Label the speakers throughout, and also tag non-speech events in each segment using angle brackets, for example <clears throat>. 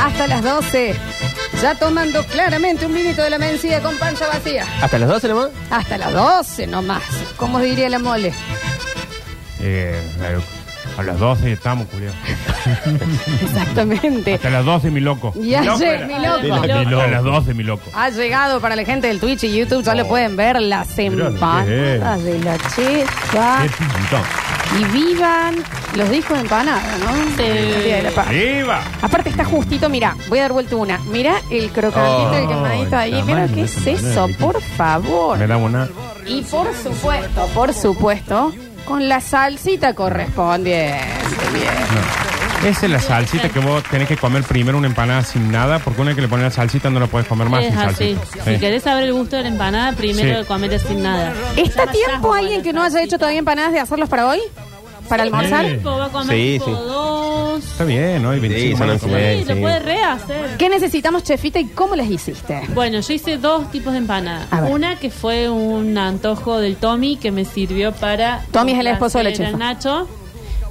Speaker 1: hasta las 12. Ya tomando claramente un vinito de la mencía con panza vacía.
Speaker 2: ¿Hasta las 12 nomás?
Speaker 1: Hasta las 12 nomás. Como diría la mole.
Speaker 3: Eh, a las 12 estamos, Julio.
Speaker 1: Exactamente.
Speaker 3: Hasta las 12, mi loco.
Speaker 1: Y ayer, mi loco.
Speaker 3: Hasta las 12, mi loco.
Speaker 1: Ha llegado para la gente del Twitch y YouTube, ya lo pueden ver, las
Speaker 3: Oh. Mirá lo que
Speaker 1: empanadas
Speaker 3: es.
Speaker 1: de la checha.
Speaker 3: Qué pintón.
Speaker 1: Y vivan los discos de empanada, ¿no? El Día de la Paz.
Speaker 3: ¡Viva!
Speaker 1: Aparte está justito, mira, voy a dar vuelta una. Mira el crocantito
Speaker 2: Oh,
Speaker 1: del quemadito ahí.
Speaker 3: el
Speaker 1: Mira
Speaker 3: tamaño,
Speaker 1: qué es
Speaker 3: esa empanada,
Speaker 1: eso,
Speaker 3: Vicky.
Speaker 1: por favor.
Speaker 3: Me da una.
Speaker 1: Y por supuesto, por supuesto, con la salsita correspondiente. Bien.
Speaker 3: Esa es la salsita que vos tenés que comer primero una empanada sin nada, porque una vez que le pones la salsita no la puedes comer más
Speaker 4: Es
Speaker 3: sin
Speaker 4: así.
Speaker 3: salsita.
Speaker 4: Si
Speaker 3: Sí.
Speaker 4: querés saber el gusto de la empanada, primero
Speaker 3: Sí.
Speaker 4: comete sin nada.
Speaker 1: ¿Está a tiempo alguien que no haya hecho todavía empanadas de hacerlos para hoy? ¿Para almorzar?
Speaker 3: Sí.
Speaker 4: Va a comer
Speaker 2: Sí,
Speaker 4: tipo
Speaker 2: sí.
Speaker 4: dos.
Speaker 3: Está bien, ¿no? Y 25
Speaker 2: son
Speaker 3: manos
Speaker 2: las
Speaker 3: comer.
Speaker 4: Sí,
Speaker 2: Sí.
Speaker 4: lo puede rehacer.
Speaker 1: ¿Qué necesitamos, chefita, y cómo las hiciste?
Speaker 4: Bueno, yo hice dos tipos de
Speaker 1: A
Speaker 4: empanadas.
Speaker 1: ver.
Speaker 4: Una que fue un antojo del Tommy que me sirvió para.
Speaker 1: Tommy es el esposo de la
Speaker 4: hacer
Speaker 1: chefa.
Speaker 4: el Nacho,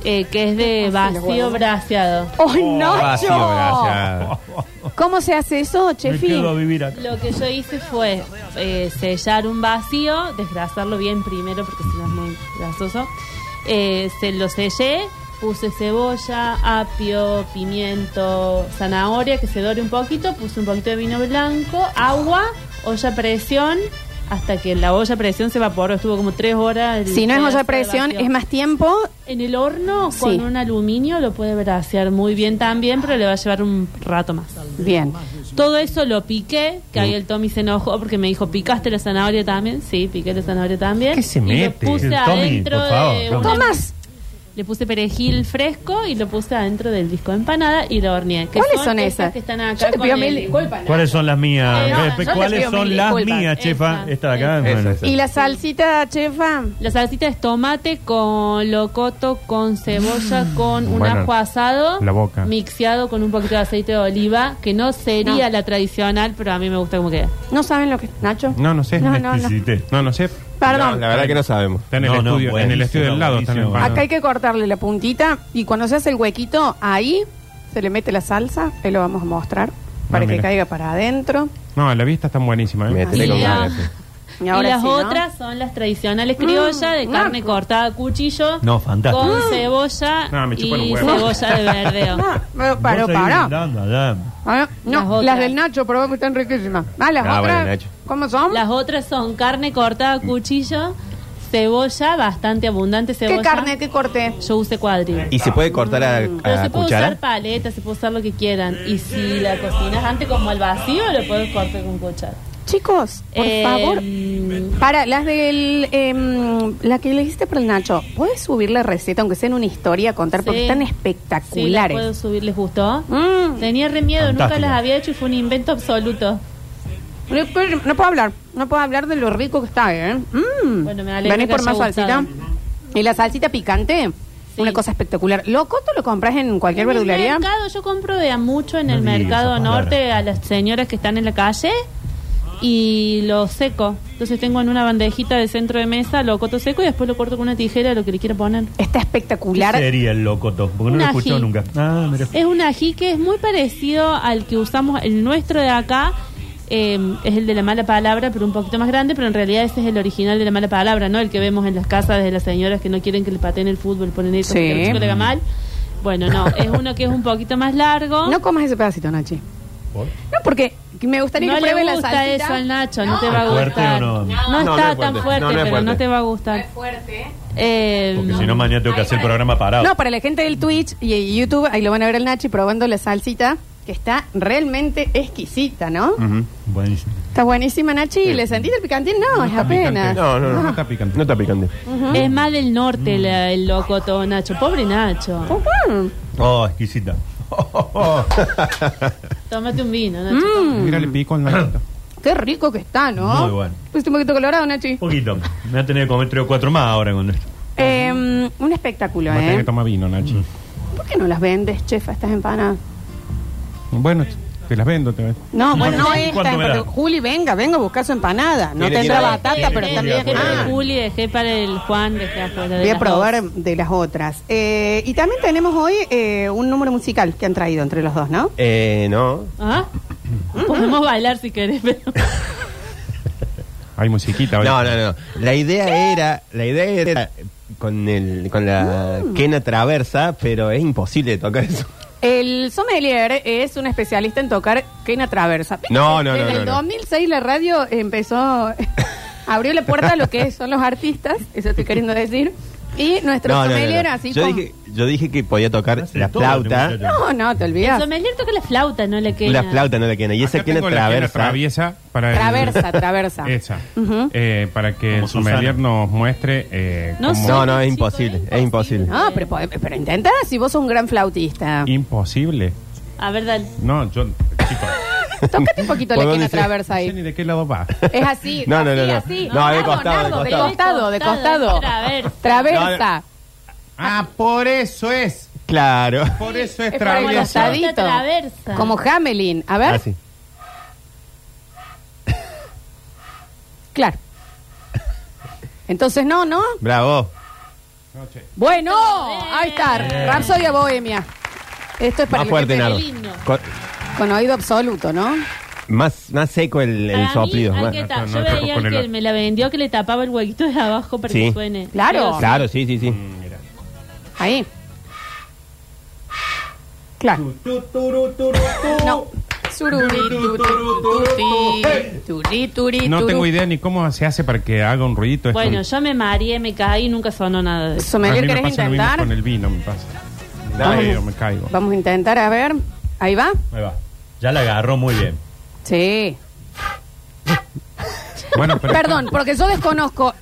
Speaker 4: eh, que es de vacío braseado.
Speaker 1: ¡Oh, Nacho!
Speaker 2: Vacío, Ah, gracias.
Speaker 1: ¿Cómo se hace eso,
Speaker 3: Oh, Me
Speaker 1: chefi?
Speaker 3: quedo a vivir acá.
Speaker 4: Lo que yo hice fue eh, sellar un vacío, desgrasarlo bien primero porque si no es muy grasoso. Eh, se lo sellé, puse cebolla, apio, pimiento, zanahoria que se dore un poquito, puse un poquito de vino blanco, agua, olla a presión, hasta que la olla a presión se evaporó, estuvo como tres horas. el
Speaker 1: Si no es olla de
Speaker 4: pedazo de
Speaker 1: presión,
Speaker 4: vacío.
Speaker 1: es más tiempo.
Speaker 4: En el horno
Speaker 1: Sí.
Speaker 4: con un aluminio lo puede brasear muy bien también, pero le va a llevar un rato más.
Speaker 1: Bien.
Speaker 4: Todo eso lo piqué, que
Speaker 3: Mm.
Speaker 4: ahí el Tommy se enojó porque me dijo, ¿picaste la zanahoria también? Sí, piqué la zanahoria también.
Speaker 3: ¿Qué se
Speaker 4: Y
Speaker 3: mete?
Speaker 4: Lo puse
Speaker 3: El Tommy,
Speaker 4: adentro
Speaker 3: por favor,
Speaker 4: de
Speaker 3: Tommy.
Speaker 4: una-
Speaker 1: Tomás,
Speaker 4: Le puse perejil fresco y lo puse adentro del disco de empanada y lo horneé. que
Speaker 1: ¿cuáles son, esas?
Speaker 4: que están acá
Speaker 1: Yo te
Speaker 4: con
Speaker 1: pido
Speaker 4: el-
Speaker 1: mil disculpas. Nacho.
Speaker 5: ¿Cuáles son las mías?
Speaker 4: Eh, no,
Speaker 5: Pepe?
Speaker 4: yo les
Speaker 5: ¿Cuáles
Speaker 1: pido mil
Speaker 5: son las
Speaker 1: disculpas. eh.
Speaker 5: mías, chefa?
Speaker 4: Esa,
Speaker 5: Esta de acá.
Speaker 2: esa,
Speaker 5: bueno.
Speaker 2: esa.
Speaker 1: ¿Y la salsita, chefa?
Speaker 4: eh, La salsita es tomate con locoto, con cebolla, con un
Speaker 3: Mm. Bueno,
Speaker 4: ajo asado.
Speaker 3: la boca.
Speaker 4: Mixeado con un poquito de aceite de oliva, que no sería
Speaker 1: No.
Speaker 4: la tradicional, pero a mí me gusta como queda.
Speaker 1: ¿No saben lo que Nacho?
Speaker 3: No, no sé.
Speaker 1: No, no, no.
Speaker 5: Exquisite.
Speaker 3: No, no sé.
Speaker 2: No,
Speaker 1: Perdón.
Speaker 2: la verdad que no sabemos.
Speaker 3: Está en el
Speaker 5: No, no,
Speaker 3: estudio, en el
Speaker 5: buenísimo,
Speaker 3: estudio del lado. Está en el
Speaker 5: buenísimo.
Speaker 3: empanadas.
Speaker 1: Acá hay que cortarle la puntita y cuando se hace el huequito, ahí se le mete la salsa. Ahí lo vamos a mostrar para que
Speaker 3: mira.
Speaker 1: caiga para adentro.
Speaker 3: No, la vista está buenísima. ¿eh?
Speaker 2: Métele
Speaker 4: Y
Speaker 2: con
Speaker 4: la-
Speaker 2: ganas, sí.
Speaker 1: Y, ahora
Speaker 4: y las
Speaker 1: sí, ¿no? <laughs>
Speaker 4: otras son las tradicionales criollas de
Speaker 1: Mm,
Speaker 4: carne
Speaker 1: no.
Speaker 4: cortada a cuchillo.
Speaker 5: No, fantástico.
Speaker 4: Con
Speaker 5: Mm.
Speaker 4: cebolla
Speaker 3: No, me chupan un
Speaker 4: y
Speaker 3: huevo.
Speaker 4: cebolla
Speaker 1: <laughs>
Speaker 4: de verdeo.
Speaker 1: No, Ah, pero,
Speaker 5: Vos
Speaker 1: pero
Speaker 5: seguís
Speaker 1: para.
Speaker 5: brindando allá.
Speaker 1: Ah,
Speaker 4: Las
Speaker 1: no,
Speaker 4: otras.
Speaker 1: las, del Nacho, probá que están riquísimas. Ah, las
Speaker 2: Ah, bueno,
Speaker 1: otras.
Speaker 2: Nacho.
Speaker 1: ¿Cómo son?
Speaker 4: Las otras son carne cortada a cuchillo, cebolla, bastante abundante cebolla.
Speaker 1: ¿Qué carne, qué corte?
Speaker 4: Yo usé cuadril.
Speaker 2: ¿Y se puede cortar a,
Speaker 4: Mm, Pero
Speaker 2: Eh, a
Speaker 4: se puede usar
Speaker 2: cuchara?
Speaker 4: paleta, se puede usar lo que quieran. Y si la cocinas antes como al vacío, lo puedes cortar con cuchara.
Speaker 1: Chicos, por
Speaker 4: Eh,
Speaker 1: favor.
Speaker 4: mm,
Speaker 1: Para, las del. em, la que le hiciste para el Nacho, ¿puedes subir la receta, aunque sea en una historia, a contar? Porque
Speaker 4: sí.
Speaker 1: están
Speaker 4: Sí, las puedo
Speaker 1: espectaculares.
Speaker 4: subir, ¿les gustó?
Speaker 1: Mm,
Speaker 4: Tenía re miedo, nunca
Speaker 5: Fantástica.
Speaker 4: las había hecho y fue un invento absoluto.
Speaker 1: no, puedo- no puedo hablar, no puedo hablar de lo rico que está, ¿eh? Mm.
Speaker 4: Bueno, me alegra
Speaker 1: Venís
Speaker 4: que
Speaker 1: por más
Speaker 4: haya
Speaker 1: salsita.
Speaker 4: gustado.
Speaker 1: Y la salsita picante,
Speaker 4: Sí.
Speaker 1: una cosa espectacular. ¿Loco, tú lo compras en cualquier
Speaker 4: En el
Speaker 1: verdulería?
Speaker 4: mercado, yo compro de a mucho en
Speaker 5: No
Speaker 4: el
Speaker 5: digas
Speaker 4: mercado
Speaker 5: esas
Speaker 4: norte
Speaker 5: palabras.
Speaker 4: a las señoras que están en la calle y lo seco. Entonces tengo en una bandejita de centro de mesa lo coto seco y después lo corto con una tijera lo que le quiera poner.
Speaker 1: Está
Speaker 5: ¿Qué
Speaker 1: espectacular.
Speaker 5: sería el locoto? Porque no
Speaker 4: Un
Speaker 5: lo he escuchado
Speaker 4: ají.
Speaker 5: nunca. Ah, mira.
Speaker 4: Es un ají que es muy parecido al que usamos, el nuestro de acá. eh, es el de la mala palabra, pero un poquito más grande, pero en realidad ese es el original de la mala palabra, ¿no? El que vemos en las casas de las señoras que no quieren que le pateen el fútbol, ponen eso,
Speaker 1: Sí.
Speaker 4: porque el chico le haga mal. Bueno, no, es uno que es un poquito más largo.
Speaker 1: No comas ese pedacito, Nachi.
Speaker 5: ¿Por?
Speaker 1: No, porque me gustaría
Speaker 4: no
Speaker 1: que
Speaker 4: le
Speaker 1: pruebe la
Speaker 4: gusta
Speaker 1: salsita.
Speaker 4: eso al Nacho, no, te va
Speaker 5: ¿Es
Speaker 4: a
Speaker 5: fuerte
Speaker 4: gustar.
Speaker 5: o
Speaker 4: No
Speaker 5: no?
Speaker 2: No,
Speaker 4: está
Speaker 2: no es
Speaker 4: tan
Speaker 2: fuerte.
Speaker 4: fuerte,
Speaker 2: No, no es
Speaker 4: pero
Speaker 2: fuerte.
Speaker 4: no te va a gustar.
Speaker 1: fuerte.
Speaker 4: Eh,
Speaker 5: Porque
Speaker 4: no.
Speaker 5: si no, mañana tengo que hacer el programa parado.
Speaker 1: No, para la gente del Twitch y YouTube, ahí lo van a ver el Nachi probando la salsita, que está realmente exquisita, ¿no?
Speaker 3: Mm.
Speaker 5: Buenísimo.
Speaker 1: Está buenísima, Nachi. ¿Le sentiste el picantín? No, es
Speaker 3: está
Speaker 1: apenas.
Speaker 3: picante.
Speaker 2: No, no, no.
Speaker 3: No está picante.
Speaker 2: No está picante.
Speaker 4: mm, Es más del norte la- el loco todo Nacho. Pobre
Speaker 1: Uh.
Speaker 4: Nacho.
Speaker 1: Ujú.
Speaker 5: Oh, exquisita. <laughs>
Speaker 4: Tómate un vino,
Speaker 1: Mm.
Speaker 4: Nacho.
Speaker 3: Mira,
Speaker 1: <clears throat>
Speaker 3: le pico al narito.
Speaker 1: Qué rico que está, ¿no?
Speaker 5: Muy bueno.
Speaker 1: Pusiste un poquito colorado, Nachi.
Speaker 5: Un poquito. Me voy a tener que comer tres o cuatro más ahora con esto.
Speaker 1: Eh, un espectáculo,
Speaker 3: Va a tener que
Speaker 1: ¿eh?
Speaker 3: tomar vino, Nachi.
Speaker 1: ¿Por qué no las vendes, chefa, estas empanadas?
Speaker 3: Bueno, Te las vendo. Te...
Speaker 1: No, bueno, no
Speaker 5: ¿cuánto
Speaker 1: esta.
Speaker 5: me
Speaker 1: porque
Speaker 5: da?
Speaker 1: Juli, venga, venga a buscar su empanada. No
Speaker 2: Tiene que
Speaker 1: tendrá
Speaker 2: ir a-
Speaker 1: batata,
Speaker 2: tiene
Speaker 1: pero
Speaker 2: que ir a
Speaker 1: también.
Speaker 4: Dejé para
Speaker 1: Ah,
Speaker 4: el Juli, dejé para el Juan, dejé afuera de
Speaker 1: voy a
Speaker 4: las
Speaker 1: probar
Speaker 4: dos.
Speaker 1: de las otras. Eh, y también tenemos hoy eh, un número musical que han traído entre los dos, ¿no?
Speaker 2: Eh, no.
Speaker 4: ¿Ah?
Speaker 1: Mm.
Speaker 4: Podemos bailar si querés,
Speaker 1: <laughs>
Speaker 4: pero.
Speaker 3: Hay musiquita. ¿vale?
Speaker 2: No, no, no. La idea era, la idea era con el, con la
Speaker 4: Mm.
Speaker 2: quena traversa, pero es imposible tocar eso.
Speaker 1: El sommelier es un especialista en tocar quena traversa.
Speaker 2: No, no, no,
Speaker 1: En
Speaker 2: no,
Speaker 1: el
Speaker 2: no.
Speaker 1: 2006 la radio empezó, <laughs> abrió la puerta a lo que son los artistas, eso estoy queriendo decir. Y nuestro
Speaker 2: No, no, no, no.
Speaker 1: sommelier así
Speaker 2: Yo
Speaker 1: como-
Speaker 2: dije, yo dije que podía tocar
Speaker 5: Hace
Speaker 2: la
Speaker 5: todo este
Speaker 2: flauta.
Speaker 5: muchacho.
Speaker 1: No, no, te
Speaker 4: El
Speaker 1: olvidas.
Speaker 4: sommelier toca la flauta, no la quena.
Speaker 2: La flauta no la quena. Y
Speaker 3: Acá
Speaker 2: esa quena
Speaker 3: tengo la quena
Speaker 2: traversa.
Speaker 3: traviesa para el- <laughs>
Speaker 4: <laughs>
Speaker 1: Traversa, traversa.
Speaker 3: Esa.
Speaker 1: Ujú.
Speaker 3: Eh, para que
Speaker 5: Como
Speaker 3: el sommelier
Speaker 5: Susana.
Speaker 3: nos muestre eh,
Speaker 4: No
Speaker 3: cómo-
Speaker 4: sé,
Speaker 2: No, no, es
Speaker 4: chico,
Speaker 2: imposible, es imposible.
Speaker 1: No, pero, pode- pero intenta si vos sos un gran flautista.
Speaker 3: imposible.
Speaker 4: A ver, dale.
Speaker 3: No, yo, chico,
Speaker 1: Tócate un
Speaker 2: <laughs>
Speaker 1: poquito la
Speaker 2: Podemos
Speaker 1: quena
Speaker 2: decir-
Speaker 1: traversa
Speaker 3: no sé ni
Speaker 1: ahí.
Speaker 3: de qué lado va.
Speaker 1: Es así,
Speaker 2: No, no,
Speaker 1: así,
Speaker 2: no, no.
Speaker 1: así.
Speaker 2: No, de
Speaker 1: Nardo,
Speaker 2: costado, de
Speaker 1: Nardo, de
Speaker 4: costado.
Speaker 1: costado, de costado.
Speaker 4: De costado, es
Speaker 1: Traversa.
Speaker 3: ah, por eso es.
Speaker 4: <laughs>
Speaker 2: Claro.
Speaker 3: Por eso
Speaker 1: Es por
Speaker 3: es
Speaker 1: el
Speaker 4: traviesa.
Speaker 3: traviesa.
Speaker 1: costadito.
Speaker 4: Traversa.
Speaker 1: Como Hamelin. A
Speaker 3: Ah,
Speaker 1: ver,
Speaker 2: Así.
Speaker 1: claro. Entonces, no, ¿no?
Speaker 2: Bravo.
Speaker 1: Bueno,
Speaker 4: Bien.
Speaker 1: ahí está. Rapsodia Bohemia. Esto es para
Speaker 2: Más
Speaker 1: el
Speaker 2: fuerte,
Speaker 1: que-
Speaker 2: Nardo.
Speaker 4: lindo.
Speaker 2: Co-
Speaker 1: Con oído absoluto, ¿no?
Speaker 2: Más, más seco el, el
Speaker 4: Para mí,
Speaker 2: soplido.
Speaker 4: al
Speaker 2: más-
Speaker 4: que
Speaker 3: No,
Speaker 4: ta-
Speaker 3: no,
Speaker 4: yo
Speaker 3: no,
Speaker 4: veía
Speaker 3: con
Speaker 4: al que
Speaker 3: el-
Speaker 4: me la vendió que le tapaba el huequito de abajo para
Speaker 2: Sí.
Speaker 4: que suene.
Speaker 1: Claro.
Speaker 4: Pero sí,
Speaker 2: Claro, sí, sí, sí.
Speaker 1: Ahí. Claro. No. Sururi, tu, tu, tu, tu, ti. Turi, turi,
Speaker 3: No
Speaker 1: turu.
Speaker 3: tengo idea ni cómo se hace para que haga un ruidito. esto.
Speaker 4: Bueno, yo me mareé, me caí y nunca sonó nada de eso.
Speaker 1: Sommelier,
Speaker 3: a mí me
Speaker 1: ¿querés
Speaker 3: pasa lo mismo
Speaker 1: intentar?
Speaker 3: con el vino, me pasa. Me
Speaker 2: Vamos.
Speaker 3: caigo, me caigo.
Speaker 1: Vamos a intentar, a ver. Ahí va.
Speaker 5: Ahí va. Ya la agarró muy bien.
Speaker 1: Sí.
Speaker 3: Bueno,
Speaker 1: <laughs>
Speaker 3: pero-
Speaker 1: Perdón, porque yo desconozco.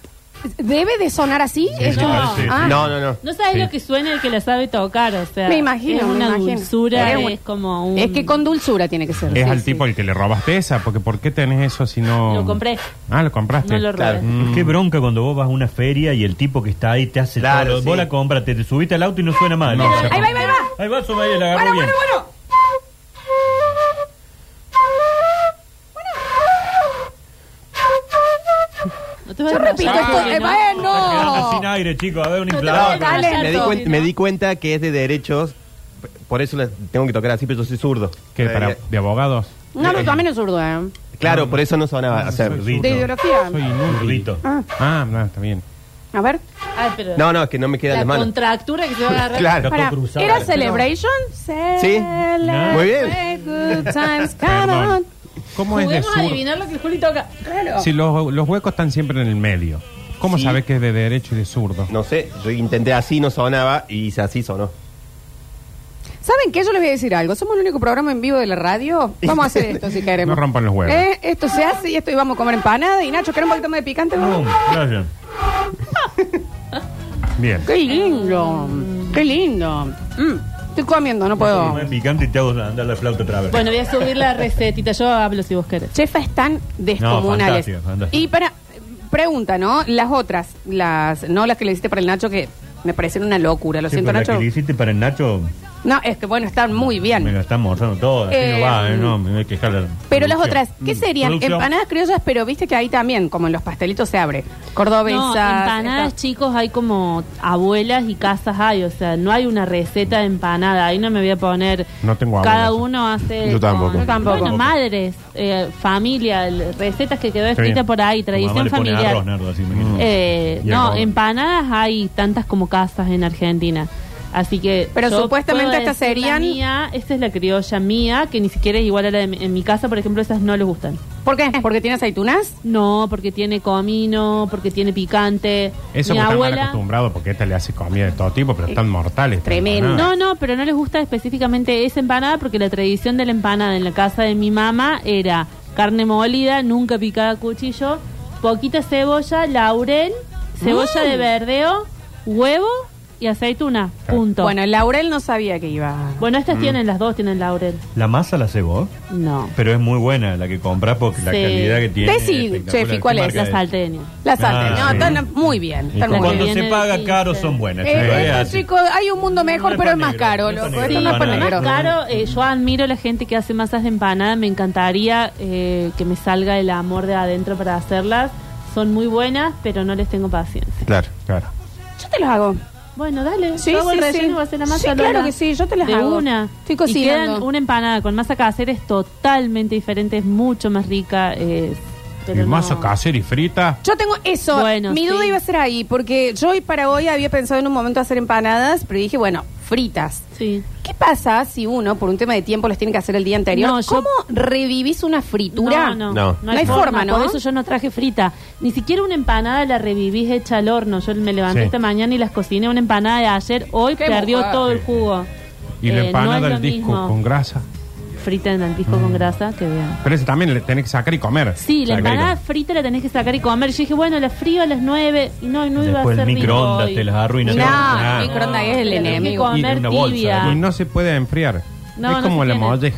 Speaker 1: ¿Debe de sonar así? Esto-
Speaker 5: sí, parece, sí.
Speaker 1: Ah.
Speaker 2: No, no, no.
Speaker 4: No sabes
Speaker 3: Sí.
Speaker 4: lo que suena el que la sabe tocar, o sea.
Speaker 1: Me imagino,
Speaker 4: Es
Speaker 1: me
Speaker 4: una
Speaker 1: imagino.
Speaker 4: dulzura,
Speaker 1: Es
Speaker 4: es,
Speaker 1: un-
Speaker 4: como un.
Speaker 1: Es que con dulzura tiene que ser.
Speaker 3: Es
Speaker 1: Sí,
Speaker 3: al
Speaker 1: sí.
Speaker 3: tipo el que le robaste esa, porque ¿por qué tenés eso si no...?
Speaker 4: Lo compré.
Speaker 3: Ah, lo compraste.
Speaker 4: No lo robé.
Speaker 2: Claro.
Speaker 5: Qué bronca cuando vos vas a una feria y el tipo que está ahí te hace
Speaker 2: Claro,
Speaker 5: todo.
Speaker 2: sí.
Speaker 5: Vos la compras, te, te subiste al auto y no suena mal.
Speaker 3: No, se-
Speaker 1: Ahí va, ahí va, ahí va.
Speaker 5: Ahí va, suma ahí, la agarró
Speaker 1: Bueno,
Speaker 5: bien.
Speaker 1: bueno, bueno.
Speaker 4: No te vas
Speaker 1: Yo
Speaker 4: a
Speaker 1: repito
Speaker 4: desmayar,
Speaker 1: esto.
Speaker 4: porque
Speaker 1: eh,
Speaker 4: no.
Speaker 5: Quedando
Speaker 1: bueno.
Speaker 5: sin aire, chicos. A ver, un
Speaker 4: No te
Speaker 5: inflador.
Speaker 4: vas a desmayar,
Speaker 2: Me di,
Speaker 1: Tanto.
Speaker 2: cuenta,
Speaker 4: ¿no?
Speaker 2: me di cuenta que es de derechos. p- Por eso la tengo que tocar así, pero yo soy zurdo.
Speaker 3: ¿Qué, para,
Speaker 2: Eh,
Speaker 3: de abogados?
Speaker 1: No, no, también es zurdo, ¿eh?
Speaker 2: Claro, por eso no sonaba. o sea,
Speaker 5: Zurdito.
Speaker 1: De ideología.
Speaker 3: Soy inútil.
Speaker 5: Zurdito.
Speaker 1: Ah,
Speaker 3: Ah, no, está bien.
Speaker 1: a ver.
Speaker 4: Ay, pero
Speaker 2: no, no, es que no me
Speaker 4: la
Speaker 2: quedan las manos.
Speaker 4: contractura que se va a agarrar.
Speaker 2: Claro.
Speaker 5: Está
Speaker 1: Pará,
Speaker 5: cruzado.
Speaker 1: ¿Era Celebration?
Speaker 2: Sí.
Speaker 1: Celebrate
Speaker 2: Muy bien.
Speaker 1: Good times, come on.
Speaker 3: Perdón. ¿Cómo es de
Speaker 4: Podemos
Speaker 3: sur?
Speaker 4: adivinar lo que el Juli toca.
Speaker 1: Claro.
Speaker 3: Si los, los huecos están siempre en el medio. ¿Cómo
Speaker 2: Sí.
Speaker 3: sabes que es de derecho y de zurdo?
Speaker 2: No sé, yo intenté así, no sonaba, y hice así, sonó.
Speaker 1: ¿Saben qué? Yo les voy a decir algo. Somos el único programa en vivo de la radio. Vamos a hacer esto si
Speaker 3: <laughs>
Speaker 1: queremos.
Speaker 3: No rompan los huevos.
Speaker 1: Eh, Esto se hace y esto y vamos a comer empanada. Y Nacho, ¿querés un poquito más de picante?
Speaker 5: Pum, gracias.
Speaker 3: Bien.
Speaker 1: Qué lindo. Qué lindo. Mm, estoy comiendo, no puedo.
Speaker 5: Me picante y te hago andar la flauta otra vez.
Speaker 4: Bueno, voy a subir la recetita. Yo hablo si vos querés.
Speaker 1: Chefa están descomunales.
Speaker 5: fantástico, fantástico.
Speaker 1: Y para pregunta, ¿no? Las otras, las no las que le hiciste para el Nacho que me parecieron una locura. Lo
Speaker 5: Sí,
Speaker 1: siento,
Speaker 5: pero La
Speaker 1: Nacho.
Speaker 5: que le hiciste para el Nacho,
Speaker 1: No, es que bueno, están muy bien.
Speaker 5: me la están mostrando toda. Así
Speaker 1: Eh,
Speaker 5: no va, eh, no, me voy a quejar. de la
Speaker 1: Pero las
Speaker 5: producción.
Speaker 1: otras, ¿qué
Speaker 5: Mm,
Speaker 1: serían?
Speaker 5: producción.
Speaker 1: Empanadas criollas, pero viste que ahí también, como en los pastelitos se abre. Cordobesas.
Speaker 4: No, empanadas
Speaker 1: esta-
Speaker 4: chicos hay como abuelas y casas hay, o sea, no hay una receta de empanada, ahí no me voy a poner.
Speaker 3: No tengo
Speaker 4: Cada
Speaker 3: abuelas.
Speaker 4: uno hace.
Speaker 2: Yo tampoco.
Speaker 4: con-
Speaker 2: Yo
Speaker 1: tampoco.
Speaker 4: Bueno, madres, eh, familia, l- recetas que quedó escrita
Speaker 3: bien.
Speaker 4: por ahí,
Speaker 5: Tu mamá
Speaker 4: tradición
Speaker 5: le pone
Speaker 4: familiar.
Speaker 5: arroz, Nardo, así, me imagino.
Speaker 4: Eh,
Speaker 5: Y
Speaker 4: no,
Speaker 5: arroz.
Speaker 4: empanadas hay tantas como casas en Argentina. Así que.
Speaker 1: Pero
Speaker 4: yo
Speaker 1: supuestamente
Speaker 4: puedo
Speaker 1: estas
Speaker 4: decir la
Speaker 1: serían-
Speaker 4: mía, esta es la criolla mía, que ni siquiera es igual a la de mi- en mi casa, por ejemplo, esas no les gustan.
Speaker 1: ¿Por qué? ¿Porque tiene aceitunas?
Speaker 4: No, porque tiene comino, porque tiene picante.
Speaker 3: Eso
Speaker 4: mi
Speaker 3: me está mal
Speaker 4: abuela.
Speaker 3: acostumbrado porque esta le hace comida de todo tipo, pero están mortales.
Speaker 1: Tremendo.
Speaker 3: No,
Speaker 4: No, no, pero no les gusta específicamente esa empanada porque la tradición de la empanada en la casa de mi mamá era carne molida, nunca picada a cuchillo, poquita cebolla, laurel, cebolla de verdeo, huevo y aceituna.
Speaker 1: Bueno,
Speaker 4: Punto. Bueno,
Speaker 1: el laurel no sabía que iba.
Speaker 4: estas tienen las dos, tienen laurel.
Speaker 5: La masa la hace vos,
Speaker 4: No.
Speaker 5: pero es muy buena la que compras porque la
Speaker 4: Sí.
Speaker 5: calidad que tiene.
Speaker 1: Decí,
Speaker 5: es espectacular.
Speaker 1: Chefi, ¿cuál
Speaker 5: ¿Qué
Speaker 1: es?
Speaker 5: marca
Speaker 4: La salteña.
Speaker 1: La salte.
Speaker 5: Ah,
Speaker 1: no,
Speaker 5: sí.
Speaker 1: están muy bien.
Speaker 5: Y
Speaker 1: Están
Speaker 4: como
Speaker 1: muy
Speaker 5: cuando
Speaker 1: bien.
Speaker 5: se
Speaker 4: Viene
Speaker 5: paga
Speaker 4: de
Speaker 5: caro
Speaker 4: Quince.
Speaker 5: son buenas.
Speaker 1: Eh,
Speaker 5: che,
Speaker 1: eh,
Speaker 5: es así.
Speaker 1: chicos, hay un mundo mejor,
Speaker 5: No es
Speaker 1: pero es
Speaker 5: pan
Speaker 1: más
Speaker 5: negro,
Speaker 1: caro,
Speaker 5: no es pan
Speaker 1: loco.
Speaker 5: negro.
Speaker 1: Esto no es
Speaker 5: Pan
Speaker 1: pan
Speaker 5: negro.
Speaker 1: negro.
Speaker 4: Más caro, eh, yo admiro a la gente que hace masas de empanada, me encantaría eh, que me salga el amor de adentro para hacerlas. Son muy buenas, pero no les tengo paciencia.
Speaker 2: Claro.
Speaker 3: Claro.
Speaker 1: Yo te los hago.
Speaker 4: Bueno, dale,
Speaker 1: Sí,
Speaker 4: yo hago el
Speaker 1: sí, sí.
Speaker 4: relleno y voy a hacer la masa.
Speaker 1: Sí,
Speaker 4: Lola.
Speaker 1: claro que sí, yo te las
Speaker 4: de
Speaker 1: hago.
Speaker 4: una.
Speaker 1: Estoy
Speaker 4: y
Speaker 1: cocinando.
Speaker 4: quedan una empanada con masa casera es totalmente diferente, es mucho más rica. Es, pero
Speaker 3: Y
Speaker 4: no-
Speaker 3: masa casera y frita.
Speaker 1: Yo tengo eso.
Speaker 4: Bueno,
Speaker 1: Mi duda
Speaker 4: sí.
Speaker 1: iba a ser ahí, porque yo hoy para hoy había pensado en un momento hacer empanadas, pero dije, bueno, fritas.
Speaker 4: Sí.
Speaker 1: ¿Qué pasa si uno, por un tema de tiempo, las tiene que hacer el día anterior?
Speaker 4: No, yo-
Speaker 1: ¿Cómo revivís una fritura?
Speaker 4: No, no,
Speaker 2: No.
Speaker 1: No hay forma, ¿no?
Speaker 4: Por eso yo no traje frita. Ni siquiera una empanada la revivís hecha al horno. Yo me levanté
Speaker 3: Sí.
Speaker 4: esta mañana y las cociné. Una empanada de ayer, hoy
Speaker 1: Qué
Speaker 4: perdió
Speaker 1: mujer.
Speaker 4: todo el jugo.
Speaker 3: Y
Speaker 4: Eh,
Speaker 3: la
Speaker 4: no
Speaker 3: empanada
Speaker 4: es lo
Speaker 3: del disco
Speaker 4: mismo.
Speaker 3: con grasa.
Speaker 4: Frita en el disco con grasa, que vean.
Speaker 3: Pero ese también le tenés que sacar y comer.
Speaker 4: Sí, la
Speaker 3: Sacar y
Speaker 4: empanada
Speaker 3: comer.
Speaker 4: frita la tenés que sacar y comer. Yo dije, bueno, la frío a las 9 y no, no iba
Speaker 5: Después
Speaker 4: a ser
Speaker 5: el
Speaker 4: rico
Speaker 5: microondas
Speaker 4: hoy.
Speaker 5: te las arruina.
Speaker 1: No,
Speaker 5: todo.
Speaker 1: el microondas es el
Speaker 4: la tenés que
Speaker 1: enemigo.
Speaker 5: Y en
Speaker 4: comer
Speaker 5: una bolsa,
Speaker 4: tibia.
Speaker 3: Y no se puede enfriar.
Speaker 4: No,
Speaker 3: es
Speaker 4: no
Speaker 3: como
Speaker 4: se
Speaker 3: la
Speaker 4: tiene.
Speaker 3: molleja.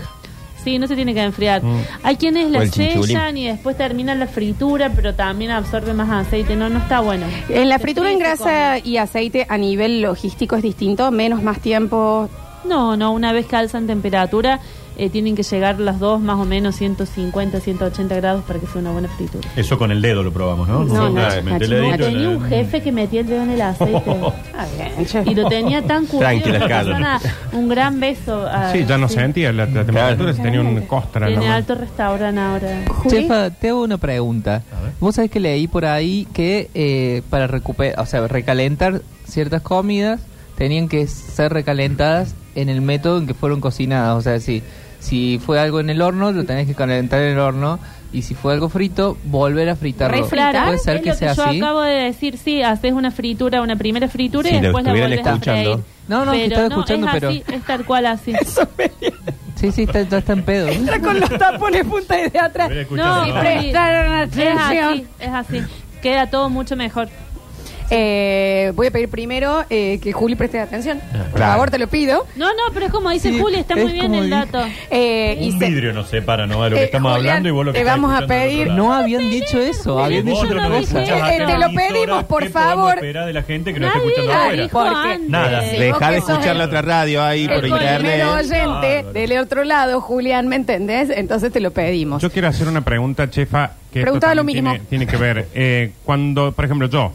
Speaker 4: Sí, no se tiene que enfriar. Hay quienes
Speaker 2: O
Speaker 4: la
Speaker 2: el chinchulín.
Speaker 4: sellan y después termina la fritura, pero también absorbe más aceite. No, no está bueno.
Speaker 1: En la
Speaker 4: Se
Speaker 1: fritura en
Speaker 4: frita
Speaker 1: grasa y aceite a nivel logístico es distinto, menos más tiempo.
Speaker 4: con- No, no, una vez que alzan temperatura, eh, tienen que llegar las dos más o menos 150, 180 grados para que sea una buena fritura.
Speaker 5: Eso con el dedo lo probamos, ¿no?
Speaker 1: No,
Speaker 5: Nosotros,
Speaker 1: Nacho,
Speaker 2: Ah,
Speaker 5: dale, meté el
Speaker 1: Nacho,
Speaker 5: dedito,
Speaker 4: tenía
Speaker 5: la-
Speaker 4: un jefe que metía el dedo en
Speaker 2: <laughs>
Speaker 4: el aceite.
Speaker 1: Ah, bien, che.
Speaker 4: Y lo tenía tan curtido
Speaker 2: Tranquila,
Speaker 4: que
Speaker 2: Carla.
Speaker 4: persona, Un gran beso. a-
Speaker 3: Sí, ya no sentía la, la temperatura, se tenía un costra.
Speaker 4: Ah, Tiene
Speaker 3: ¿no?
Speaker 4: alto restaurante ahora.
Speaker 1: Juli,
Speaker 6: Chefa, te hago una pregunta. Vos sabés que leí por ahí que eh, para recuperar, o sea, recalentar ciertas comidas tenían que ser recalentadas en el método en que fueron cocinadas. O sea, si, si fue algo en el horno, lo tenés que calentar en el horno. Y si fue algo frito, volver a fritarlo.
Speaker 1: Refritar.
Speaker 4: Claro,
Speaker 6: ¿Puede ser
Speaker 4: es
Speaker 6: que
Speaker 4: lo que
Speaker 6: sea
Speaker 4: yo
Speaker 6: así?
Speaker 4: acabo de decir, sí, haces una fritura, una primera fritura
Speaker 2: Si
Speaker 4: y
Speaker 2: lo
Speaker 4: después la
Speaker 2: estuvieran
Speaker 4: volvés a
Speaker 2: escuchando.
Speaker 4: freír.
Speaker 6: No, no, que
Speaker 4: pero
Speaker 6: estaba
Speaker 4: no,
Speaker 6: escuchando,
Speaker 4: es
Speaker 6: pero-
Speaker 4: así, es tal cual
Speaker 6: <laughs>
Speaker 4: así.
Speaker 1: <laughs>
Speaker 6: Sí, sí, está, está- está en pedo.
Speaker 1: Entra con los tapones punta desde atrás.
Speaker 5: Hubiera escuchado,
Speaker 4: No,
Speaker 1: Si
Speaker 4: sí.
Speaker 1: prestaron
Speaker 4: es así,
Speaker 1: atención.
Speaker 4: es así. Queda todo mucho mejor.
Speaker 1: Eh, voy a pedir primero eh, que Juli preste atención. Por
Speaker 3: Claro.
Speaker 1: favor, te lo pido.
Speaker 4: No, no, pero es como dice
Speaker 6: Sí,
Speaker 4: Juli, está
Speaker 6: es
Speaker 4: muy bien
Speaker 6: como
Speaker 4: el
Speaker 6: dije.
Speaker 4: dato.
Speaker 1: Eh, y
Speaker 5: Un
Speaker 1: se-
Speaker 5: vidrio nos separa, ¿no? De lo que
Speaker 1: Eh,
Speaker 5: estamos
Speaker 1: Julián,
Speaker 5: hablando y vos lo que
Speaker 1: te
Speaker 5: estás
Speaker 1: vamos a
Speaker 5: escuchando del
Speaker 1: pedir-
Speaker 5: otro lado.
Speaker 6: No habían dicho eso, habían
Speaker 5: Y
Speaker 6: dicho
Speaker 5: vos
Speaker 4: yo
Speaker 5: no
Speaker 4: lo
Speaker 6: otra
Speaker 5: nos
Speaker 4: dije.
Speaker 6: cosa.
Speaker 5: escuchás
Speaker 1: Eh,
Speaker 5: acá en
Speaker 1: te
Speaker 5: la
Speaker 1: lo
Speaker 5: emisora,
Speaker 1: pedimos, por
Speaker 5: ¿qué podemos
Speaker 1: favor.
Speaker 5: esperar de la gente que nos está
Speaker 4: Nadie
Speaker 5: escuchando
Speaker 1: Nadie
Speaker 5: afuera?
Speaker 4: dijo
Speaker 1: ¿Por qué?
Speaker 4: antes.
Speaker 5: Nada.
Speaker 1: Sí, vos
Speaker 2: Deja
Speaker 1: que
Speaker 2: de
Speaker 1: sos
Speaker 2: escuchar
Speaker 1: el-
Speaker 2: la otra radio ahí por
Speaker 1: el
Speaker 2: internet.
Speaker 1: primero oyente
Speaker 5: Bárbaro.
Speaker 1: del otro lado, Julián, ¿me entendés? Entonces te lo pedimos.
Speaker 3: Yo quiero hacer una pregunta, chefa, que esto
Speaker 1: Preguntaba lo
Speaker 3: también
Speaker 1: mínimo.
Speaker 3: Tiene, tiene que ver. Eh, cuando, por ejemplo, yo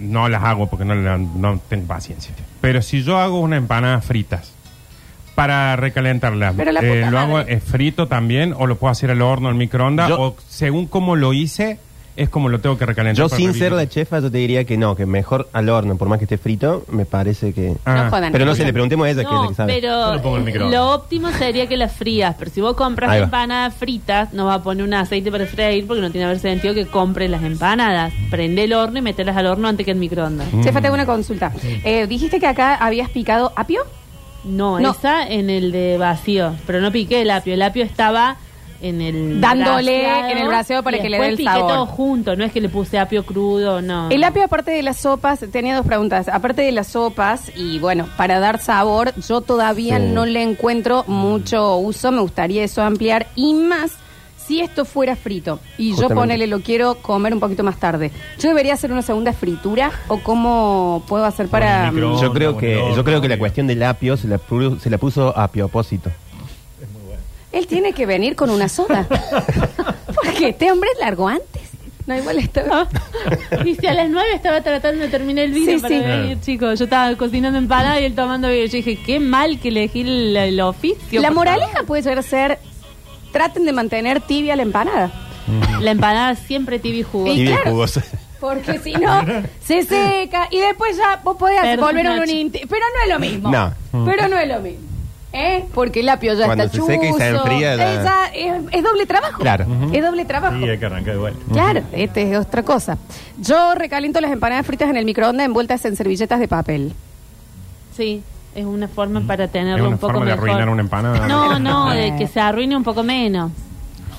Speaker 3: no las hago porque no, la- no tengo paciencia. Pero si yo hago unas empanadas fritas para recalentarlas,
Speaker 1: Pero la
Speaker 3: eh,
Speaker 1: puta
Speaker 3: ¿lo hago
Speaker 1: madre.
Speaker 3: eh, frito también o lo puedo hacer al horno, al microondas?
Speaker 2: Yo-
Speaker 3: o según cómo lo hice, es como lo tengo que recalentar.
Speaker 2: Yo
Speaker 3: para
Speaker 2: sin ser
Speaker 3: revivirlo?
Speaker 2: la chefa, yo te diría que no, que mejor al horno, por más que esté frito, me parece que...
Speaker 1: No
Speaker 3: Ah,
Speaker 1: jodan.
Speaker 2: Pero no se le preguntemos a ella que es la
Speaker 4: No,
Speaker 2: que sabe.
Speaker 5: Yo lo pongo en el
Speaker 4: pero
Speaker 5: microondas.
Speaker 4: lo óptimo sería que las frías, pero si vos compras
Speaker 2: Ahí va.
Speaker 4: empanadas fritas, no va a poner un aceite para freír porque no tiene haber sentido que compres las empanadas. Prende el horno y metelas al horno antes que el microondas.
Speaker 1: Chefa, tengo una consulta. Eh, Dijiste que acá habías picado apio.
Speaker 4: No,
Speaker 1: No.
Speaker 4: esa en el de vacío, pero no piqué el apio, el apio estaba en el
Speaker 1: Dándole en el braseado para
Speaker 4: y
Speaker 1: que le
Speaker 4: después
Speaker 1: dé el
Speaker 4: piqué
Speaker 1: sabor.
Speaker 4: todo junto, no es que le puse apio crudo, no.
Speaker 1: El apio, aparte de las sopas, tenía dos preguntas. Aparte de las sopas, y bueno, para dar sabor, yo todavía
Speaker 2: Sí. Mm.
Speaker 1: no le encuentro mucho uso. Me gustaría eso ampliar. Y más, si esto fuera frito, y
Speaker 2: Justamente.
Speaker 1: yo ponele, lo quiero comer un poquito más tarde, ¿yo debería hacer una segunda fritura? ¿O cómo puedo hacer para.? Mm,
Speaker 5: el micro-
Speaker 2: Yo creo que,
Speaker 5: No, no,
Speaker 2: yo creo que
Speaker 5: no,
Speaker 2: la
Speaker 5: no.
Speaker 2: cuestión del apio se la, pu- se la puso apio a propósito.
Speaker 1: Él tiene que venir con una
Speaker 2: <laughs>
Speaker 1: soda. Porque este hombre largó antes. No, igual
Speaker 2: Ah,
Speaker 1: estaba.
Speaker 4: <laughs> Dice, a las 9 estaba tratando de terminar el video
Speaker 1: Sí,
Speaker 4: para
Speaker 1: sí.
Speaker 4: venir, chicos. Yo estaba cocinando empanada y él tomando video. Yo dije, qué mal que elegí el, el oficio.
Speaker 1: La
Speaker 4: por
Speaker 1: moraleja puede llegar a ser: traten de mantener tibia la empanada.
Speaker 4: favor. La empanada siempre tibia y jugosa.
Speaker 1: Y
Speaker 2: Y bien
Speaker 1: claro.
Speaker 2: jugosa.
Speaker 1: Porque si no, se seca y después ya vos podés hacer-
Speaker 4: Perdón,
Speaker 1: volver a un
Speaker 4: Nachi.
Speaker 1: inti- Pero no es lo mismo. Mm.
Speaker 2: No.
Speaker 1: Pero no es lo mismo. ¿Eh? Porque el apio ya
Speaker 2: Cuando
Speaker 1: está
Speaker 2: se seca y se
Speaker 1: chuzo.
Speaker 2: enfría, da-
Speaker 1: Es, ya- es- es doble trabajo.
Speaker 2: Claro. Ujú.
Speaker 1: Es doble trabajo.
Speaker 5: Sí, hay que arrancar de vuelta.
Speaker 1: Claro, esta es otra cosa. Yo recaliento las empanadas fritas en el microondas envueltas en servilletas de papel.
Speaker 4: Sí, es una forma para
Speaker 3: Es
Speaker 4: tenerlo
Speaker 3: una
Speaker 4: un poco
Speaker 3: forma de
Speaker 1: <laughs>
Speaker 4: mejor.
Speaker 3: arruinar una empanada.
Speaker 4: No, no, de que se arruine un poco menos.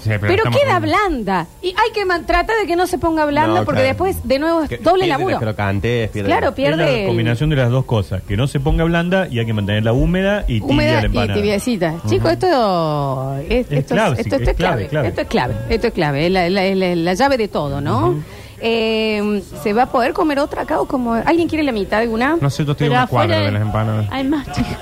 Speaker 3: Sí, pero
Speaker 1: Pero
Speaker 3: estamos
Speaker 1: queda
Speaker 3: hablando-
Speaker 1: blanda. Y hay que man- tratar de que no se ponga blanda
Speaker 2: No,
Speaker 1: porque
Speaker 2: claro.
Speaker 1: después, de nuevo, es
Speaker 2: Que-
Speaker 1: doble
Speaker 2: pierde
Speaker 1: laburo.
Speaker 2: las crocantes, pierde-
Speaker 1: Claro,
Speaker 5: Es
Speaker 1: pierde.
Speaker 5: la
Speaker 1: el-
Speaker 5: combinación de las dos cosas. Que no se ponga blanda y hay que mantenerla húmeda y tibia
Speaker 1: Húmeda
Speaker 5: la
Speaker 1: y
Speaker 5: empanada.
Speaker 1: tibiecita. Chicos, esto es,
Speaker 5: Es
Speaker 1: esto,
Speaker 5: clave,
Speaker 1: es,
Speaker 5: sí,
Speaker 1: esto-
Speaker 5: es
Speaker 1: esto es
Speaker 5: clave,
Speaker 1: clave,
Speaker 5: clave.
Speaker 1: Esto es clave. Esto es clave. Es la, la- es la- la llave de todo, ¿no? Eh, ¿Se va a poder comer otra acá o como. ¿Alguien quiere la mitad de una?
Speaker 3: No sé, yo estoy en una cuadra de las empanadas.
Speaker 4: Hay más chicas.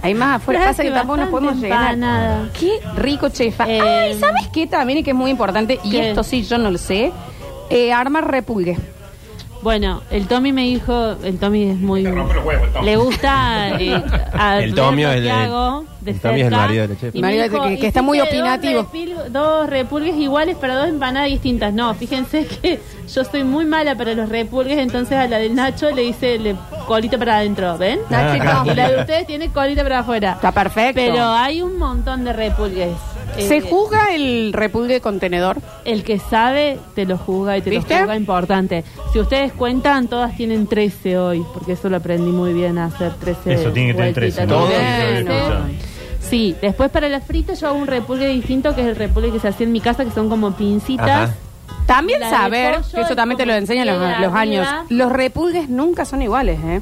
Speaker 1: Hay más afuera. Pasa que tampoco nos podemos llenar.
Speaker 4: Empanada.
Speaker 1: Qué rico, chefa.
Speaker 4: Eh,
Speaker 1: Ay, ¿sabes qué también y que es muy importante? Y
Speaker 4: ¿Qué?
Speaker 1: esto sí, yo no lo sé. Eh, armar repulgue.
Speaker 4: Bueno, el Tommy me dijo, el Tommy es muy... Le gusta... eh, a-
Speaker 2: El Tommy
Speaker 4: ver
Speaker 2: es
Speaker 4: lo
Speaker 2: el-
Speaker 4: que hago de
Speaker 2: el Tommy es el
Speaker 4: cerca.
Speaker 2: marido de la chef.
Speaker 4: Y me
Speaker 1: Marido
Speaker 4: dijo,
Speaker 1: que- que está
Speaker 4: "Hiciste
Speaker 1: muy
Speaker 4: dos
Speaker 1: opinativo".
Speaker 4: repil- Dos repulgues iguales para dos empanadas distintas. No, fíjense <laughs> que yo soy muy mala para los repulgues, entonces a la del Nacho le hice le- colita para adentro, ¿ven?
Speaker 1: Nachito.
Speaker 4: Y la de ustedes tiene colita para afuera.
Speaker 1: Ah, Está perfecto.
Speaker 4: Pero hay un montón de repulgues.
Speaker 1: ¿Se
Speaker 4: Eh,
Speaker 1: juzga el repulgue contenedor?
Speaker 4: el que sabe, te lo juzga y te
Speaker 1: ¿Viste?
Speaker 4: lo juzga importante. Si ustedes cuentan, todas tienen 13 hoy, porque eso lo aprendí muy bien a hacer 13.
Speaker 5: Eso, tiene que tener 13,
Speaker 4: vueltitas,
Speaker 5: ¿no?
Speaker 1: Todo
Speaker 4: tiene
Speaker 1: Bueno.
Speaker 4: 13. Sí, después para la frita yo hago un repulgue distinto, que es el repulgue que se hacía en mi casa, que son como pincitas.
Speaker 2: Ajá.
Speaker 1: También
Speaker 4: La de
Speaker 1: saber,
Speaker 4: pollo
Speaker 1: que eso
Speaker 4: es
Speaker 1: también te lo
Speaker 4: como
Speaker 1: enseñan los,
Speaker 4: queda
Speaker 1: los años,
Speaker 4: arriba.
Speaker 1: los repulgues nunca son iguales, ¿eh?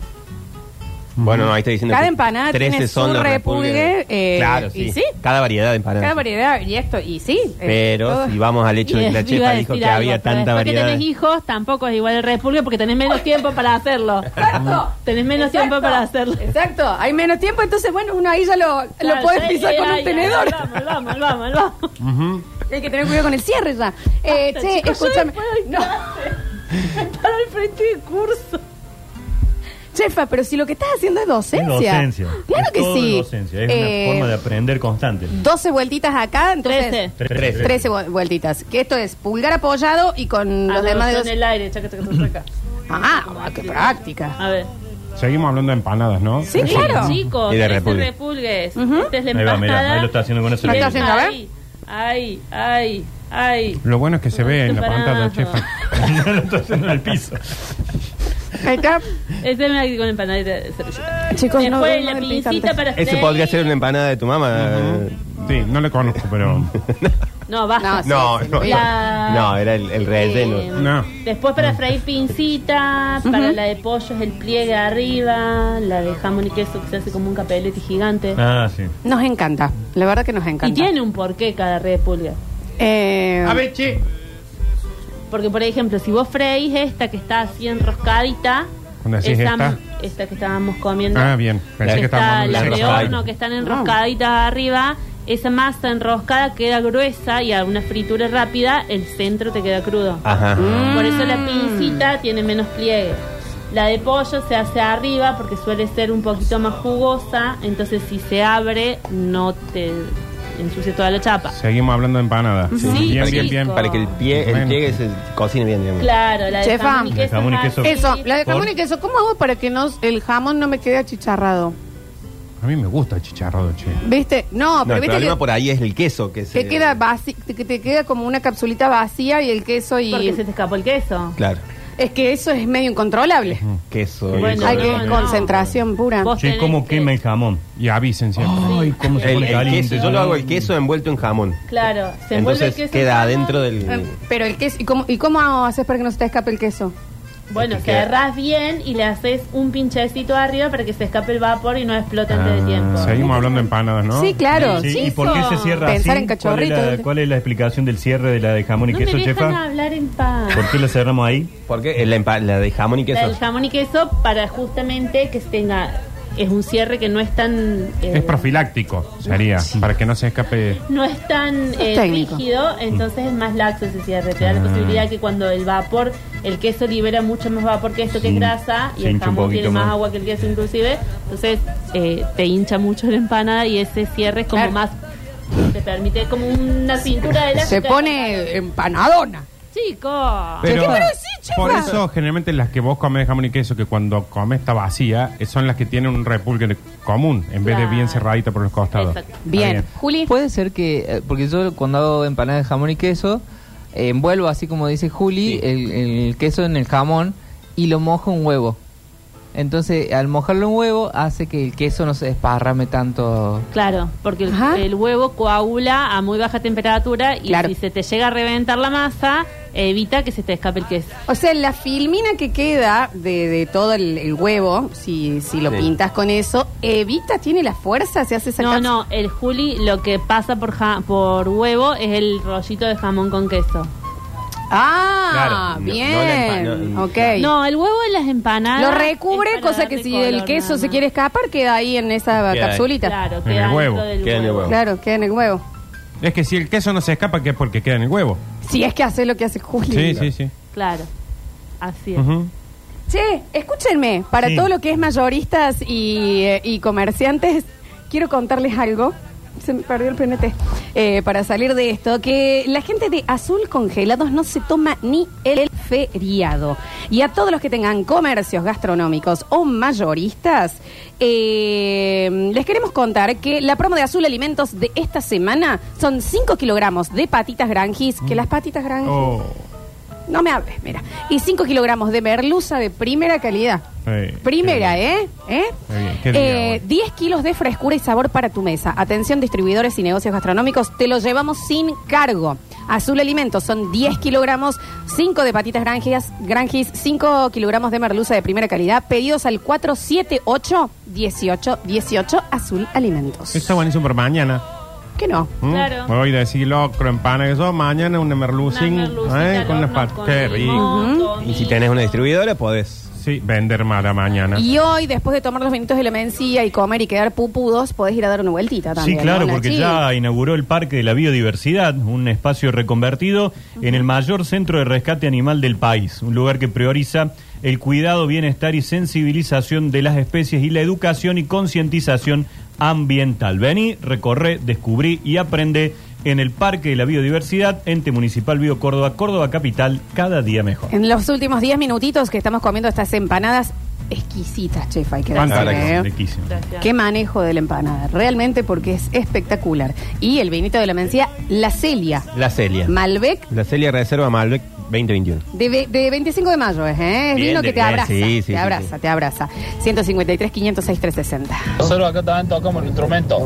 Speaker 2: Bueno, ahí está diciendo
Speaker 1: Cada
Speaker 2: que
Speaker 1: empanada
Speaker 2: 13
Speaker 1: tiene
Speaker 2: son
Speaker 1: su
Speaker 2: los
Speaker 1: repulgue,
Speaker 2: repulgues.
Speaker 1: eh,
Speaker 2: claro,
Speaker 1: y
Speaker 2: sí.
Speaker 1: sí.
Speaker 2: Cada variedad de empanadas.
Speaker 1: Cada variedad y esto, y sí. eh,
Speaker 2: Pero
Speaker 1: todo-
Speaker 2: si vamos
Speaker 1: <laughs>
Speaker 2: al hecho de que la
Speaker 4: Y iba
Speaker 2: chefa
Speaker 4: a
Speaker 2: dijo
Speaker 4: decir
Speaker 2: que
Speaker 4: algo,
Speaker 2: había
Speaker 4: pero
Speaker 2: tanta
Speaker 4: después que
Speaker 2: variedad.
Speaker 4: tenés hijos, tampoco es igual el repulgue porque tenés menos tiempo
Speaker 2: <laughs>
Speaker 4: para hacerlo.
Speaker 1: Exacto.
Speaker 4: Tenés <laughs> menos
Speaker 1: Exacto.
Speaker 4: tiempo para hacerlo.
Speaker 1: Exacto, hay menos tiempo, entonces bueno, uno ahí ya lo, lo
Speaker 4: Claro,
Speaker 1: puede
Speaker 4: ya-
Speaker 1: pisar
Speaker 4: eh,
Speaker 1: con
Speaker 4: ahí,
Speaker 1: un
Speaker 4: ahí,
Speaker 1: tenedor.
Speaker 4: Vamos, vamos, vamos, vamos.
Speaker 1: <laughs> Hay que tener cuidado con el cierre ya. Eh,
Speaker 4: Basta,
Speaker 1: che,
Speaker 4: chicos, yo
Speaker 1: escúchame.
Speaker 4: después doy
Speaker 1: No.
Speaker 4: clase. <laughs> Para el frente de curso.
Speaker 1: Chefa, pero si lo que estás haciendo es
Speaker 5: Es
Speaker 1: docencia.
Speaker 5: docencia.
Speaker 1: Claro
Speaker 5: Es
Speaker 1: que
Speaker 5: todo
Speaker 1: sí.
Speaker 5: docencia. Es
Speaker 1: Eh,
Speaker 5: una forma de aprender constante.
Speaker 1: 12 vueltitas acá, entonces.
Speaker 4: 13.
Speaker 2: 13.
Speaker 1: 13 vu- vueltitas. Que esto es pulgar apoyado y con los demás
Speaker 4: Adopción
Speaker 1: dedos.
Speaker 4: Ah, en el aire, chaca, chaca, chaca, chaca.
Speaker 1: Ah, ah, qué práctica.
Speaker 4: A ver.
Speaker 3: Seguimos hablando de empanadas, ¿no?
Speaker 1: Sí, claro.
Speaker 4: Chicos,
Speaker 2: Y de
Speaker 4: este
Speaker 2: repulgue.
Speaker 4: repulgues.
Speaker 1: Ujú.
Speaker 4: Esta es la
Speaker 5: Ahí va, mira, ahí
Speaker 4: empanada.
Speaker 5: lo está haciendo con eso.
Speaker 1: Lo está haciendo. a ver.
Speaker 4: Ahí, ahí, ahí, ahí.
Speaker 3: Lo bueno es que se ve en la
Speaker 4: Empanada.
Speaker 3: pantalla, chefa.
Speaker 5: lo está haciendo en el piso.
Speaker 1: Ahí está.
Speaker 4: Este es el con empanadita de servilleta.
Speaker 1: Chicos, no
Speaker 4: Después
Speaker 1: vengan
Speaker 4: la
Speaker 1: al
Speaker 4: pincita
Speaker 1: picante.
Speaker 4: para
Speaker 2: Ese
Speaker 4: freír.
Speaker 2: podría ser una empanada de tu mamá.
Speaker 3: Sí, no le conozco, pero.
Speaker 2: <laughs>
Speaker 4: No, basta.
Speaker 1: sí,
Speaker 2: No,
Speaker 1: sí,
Speaker 2: no,
Speaker 1: sí.
Speaker 4: La-
Speaker 2: no, era el, el relleno.
Speaker 4: Eh,
Speaker 3: No.
Speaker 4: Después para freír pincita, para
Speaker 1: Ujú.
Speaker 4: la de pollo es el pliegue arriba, la de jamón y queso que se hace como un capelete gigante.
Speaker 5: Ah, sí.
Speaker 1: Nos encanta. La verdad que nos encanta.
Speaker 4: Y tiene un porqué cada repulgue.
Speaker 1: Eh,
Speaker 3: A ver, che.
Speaker 4: Porque, por ejemplo, si vos freís esta que está así enroscadita,
Speaker 3: ¿Cuándo decís esta?
Speaker 4: esta que estábamos comiendo,
Speaker 3: Ah, bien. Pensé
Speaker 4: que
Speaker 3: que
Speaker 4: está
Speaker 3: estábamos
Speaker 4: la
Speaker 3: hablando
Speaker 4: de
Speaker 3: de
Speaker 4: horno, que están enroscaditas arriba, esa masa enroscada queda gruesa y a una fritura rápida el centro te queda crudo. Mm.
Speaker 2: Ajá.
Speaker 4: Por eso
Speaker 1: Mm.
Speaker 4: la pincita tiene menos pliegue. La de pollo se hace arriba porque suele ser un poquito más jugosa, entonces si se abre no te ensucia toda la chapa.
Speaker 3: Seguimos hablando de empanadas.
Speaker 4: Sí,
Speaker 3: bien,
Speaker 2: para,
Speaker 3: bien,
Speaker 4: chico.
Speaker 3: bien.
Speaker 2: Que, para que el pie, el
Speaker 3: Bueno.
Speaker 2: pie se cocine bien, digamos.
Speaker 4: Claro, la de
Speaker 1: Chefa.
Speaker 4: jamón y queso.
Speaker 5: Jamón y
Speaker 4: es
Speaker 5: queso.
Speaker 4: así.
Speaker 1: Eso, la de jamón
Speaker 5: Por-
Speaker 1: y queso, ¿cómo hago para que nos, el jamón no me quede achicharrado?
Speaker 3: A mí me gusta el chicharrón, che.
Speaker 1: ¿Viste? No,
Speaker 2: No,
Speaker 1: pero
Speaker 2: el
Speaker 1: viste
Speaker 2: problema
Speaker 1: que,
Speaker 2: por ahí es el queso que se.
Speaker 1: que queda vaci- que te queda como una capsulita vacía y el queso y.
Speaker 4: Porque se te escapó el queso.
Speaker 2: Claro.
Speaker 1: Es que eso es medio incontrolable.
Speaker 2: Queso.
Speaker 5: Hay
Speaker 2: y-
Speaker 5: No,
Speaker 1: Hay
Speaker 5: no,
Speaker 1: que
Speaker 5: no, no.
Speaker 1: concentración pura.
Speaker 4: Vos
Speaker 5: <laughs> Che,
Speaker 4: tenés
Speaker 5: ¿cómo
Speaker 4: que-
Speaker 5: quema el jamón?
Speaker 3: Y avisen siempre.
Speaker 5: Ay, cómo
Speaker 2: el, el
Speaker 5: caliente.
Speaker 2: queso. Yo lo hago el queso envuelto en jamón.
Speaker 4: Claro, se envuelve el
Speaker 2: Entonces
Speaker 4: queso
Speaker 2: queda
Speaker 4: en
Speaker 2: adentro
Speaker 1: Eh,
Speaker 2: del.
Speaker 1: Pero el queso, ¿y cómo, ¿y cómo haces para que no se te escape el queso?
Speaker 4: Bueno,
Speaker 2: Que queda-
Speaker 4: cerrás bien y le haces un pinchecito arriba para que se escape el vapor y no explote antes
Speaker 5: Ah,
Speaker 4: de tiempo.
Speaker 3: Ah, Seguimos hablando de empanadas, ¿no?
Speaker 1: Sí, claro.
Speaker 5: Sí, ¿Y
Speaker 4: Chico.
Speaker 5: por qué se cierra
Speaker 1: Pensar en
Speaker 5: así? ¿Cuál es,
Speaker 1: cachorritos.
Speaker 5: la, cuál es la explicación del cierre de la de jamón y
Speaker 4: No me
Speaker 5: queso,
Speaker 4: dejan
Speaker 5: chefa?
Speaker 4: hablar en paz.
Speaker 5: ¿Por qué la cerramos ahí?
Speaker 2: Porque la, empa- la de jamón y
Speaker 4: La
Speaker 2: queso.
Speaker 4: del jamón y queso para justamente que tenga es un cierre que no es tan eh,
Speaker 3: Es profiláctico, sería. Para que no se escape.
Speaker 4: no es tan
Speaker 1: Es
Speaker 4: eh,
Speaker 1: técnico.
Speaker 4: rígido, entonces es más laxo ese cierre. Te da
Speaker 5: Ah.
Speaker 4: la posibilidad que cuando el vapor, el queso libera mucho más vapor que esto que
Speaker 5: Sí,
Speaker 4: es grasa y
Speaker 5: se
Speaker 4: el
Speaker 5: hincha un
Speaker 4: jamón
Speaker 5: poquito
Speaker 4: tiene más
Speaker 5: más.
Speaker 4: agua que el queso inclusive, entonces eh, te hincha mucho la empanada y ese cierre es como
Speaker 1: Claro.
Speaker 4: más te permite como una cintura de la
Speaker 1: Se pone empanadona.
Speaker 4: Chicos.
Speaker 1: Pero- Pero sí, chefa.
Speaker 3: por eso, generalmente las que vos comes de jamón y queso, que cuando comes está vacía, eh, son las que tienen un repulgue común, en vez de
Speaker 4: Claro.
Speaker 3: bien cerradita por los costados.
Speaker 4: Exacto.
Speaker 1: Bien.
Speaker 3: bien.
Speaker 1: Juli.
Speaker 6: Puede ser que, eh, porque yo cuando hago empanadas de jamón y queso, eh, envuelvo así como dice Juli,
Speaker 2: Sí.
Speaker 6: el, el queso en el jamón y lo mojo un huevo. Entonces, al mojarlo en huevo, hace que el queso no se desparrame tanto.
Speaker 4: Claro, porque el,
Speaker 1: Ajá.
Speaker 4: el huevo coagula a muy baja temperatura y
Speaker 1: Claro.
Speaker 4: si se te llega a reventar la masa, evita que se te escape el queso.
Speaker 1: O sea, la filmina que queda de, de todo el, el huevo, si, si lo
Speaker 2: Sí.
Speaker 1: pintas con eso, evita, tiene la fuerza, se hace esa
Speaker 4: No,
Speaker 1: caps-
Speaker 4: no, el Juli lo que pasa por, ja- por huevo es el rollito de jamón con queso.
Speaker 1: Ah,
Speaker 2: Claro, no- no la empa-
Speaker 1: bien.
Speaker 2: no-
Speaker 1: ok.
Speaker 4: No, el huevo de las empanadas.
Speaker 1: lo
Speaker 4: es
Speaker 1: recubre,
Speaker 4: para
Speaker 1: cosa que
Speaker 4: darle
Speaker 1: si
Speaker 4: color,
Speaker 1: el queso
Speaker 4: nada
Speaker 1: se
Speaker 4: más.
Speaker 1: quiere escapar, queda ahí en esa
Speaker 2: Queda ahí.
Speaker 1: capsulita. Claro.
Speaker 4: Claro,
Speaker 3: En
Speaker 4: queda
Speaker 3: el huevo.
Speaker 4: dentro del
Speaker 2: Queda en el
Speaker 4: huevo.
Speaker 2: huevo.
Speaker 1: queda en el huevo.
Speaker 3: Es que si el queso no se escapa, que es porque queda en el huevo.
Speaker 1: Si es que hace lo que hace Juli.
Speaker 3: Sí, sí, sí.
Speaker 4: Claro, así es.
Speaker 3: Ujú.
Speaker 1: Che, escúchenme, para
Speaker 5: Sí.
Speaker 1: todo lo que es mayoristas y, eh, y comerciantes, quiero contarles algo. Se me perdió el PNT. Eh, para salir de esto, que la gente de Azul Congelados no se toma ni el feriado. Y a todos los que tengan comercios gastronómicos o mayoristas, eh, les queremos contar que la promo de Azul Alimentos de esta semana son 5 kilogramos de patitas granjis, que las patitas granjis...
Speaker 3: Oh,
Speaker 1: No me hables, mira. Y 5 kilogramos de merluza de primera calidad.
Speaker 3: eh,
Speaker 1: Primera,
Speaker 3: qué
Speaker 1: ¿eh? ¿Eh?
Speaker 3: Qué bien, qué día
Speaker 1: Eh, 10 kilos de frescura y sabor para tu mesa. Atención, distribuidores y negocios gastronómicos, te lo llevamos sin cargo. Azul Alimentos son 10 kilogramos, 5 de patitas granjas, granjis, 5 kilogramos de merluza de primera calidad. Pedidos al 478-1818 Azul Alimentos.
Speaker 3: Está buenísimo para mañana.
Speaker 1: ¿Qué no?
Speaker 3: ¿Mm?
Speaker 4: Claro.
Speaker 3: Me voy a decir locro, empana, eso. Mañana una merlucing.
Speaker 4: Una merlucita
Speaker 3: ¿eh?
Speaker 4: al
Speaker 3: Con
Speaker 4: horno,
Speaker 3: las patas.
Speaker 4: con
Speaker 3: Qué rico.
Speaker 4: limón,
Speaker 1: Ujú.
Speaker 4: con
Speaker 2: Y si
Speaker 4: miel.
Speaker 2: tenés una distribuidora, podés.
Speaker 3: Sí, vender mala mañana.
Speaker 1: Y hoy, después de tomar los vinitos de la mencía y comer y quedar pupudos, podés ir a dar una vueltita
Speaker 5: Sí,
Speaker 1: también.
Speaker 5: claro,
Speaker 1: ¿no,
Speaker 5: porque
Speaker 1: Nachi?
Speaker 5: ya inauguró el Parque de la Biodiversidad, un espacio reconvertido en el mayor centro de rescate animal del país, un lugar que prioriza el cuidado, bienestar y sensibilización de las especies y la educación y concientización ambiental. Vení, recorre, descubrí y aprende en el Parque de la Biodiversidad, Ente Municipal Bio Córdoba, Córdoba Capital, cada día mejor.
Speaker 1: En los últimos 10 minutitos que estamos comiendo estas empanadas exquisitas, chef, hay que decir,
Speaker 3: Fantásticas,
Speaker 1: ¿eh?
Speaker 5: Riquísimo.
Speaker 4: Gracias.
Speaker 1: Qué manejo de la empanada, realmente porque es espectacular. Y el vinito de la mencía, la Celia.
Speaker 2: La Celia.
Speaker 1: Malbec
Speaker 2: La Celia Reserva Malbec 2021.
Speaker 1: de, ve- de 25 de mayo, es, ¿eh? Es
Speaker 2: Bien,
Speaker 1: vino
Speaker 2: de-
Speaker 1: que te
Speaker 2: bien,
Speaker 1: abraza,
Speaker 2: sí, sí, sí,
Speaker 1: te abraza, te abraza. 153, 506, 360.
Speaker 7: Nosotros acá también tocamos el instrumento.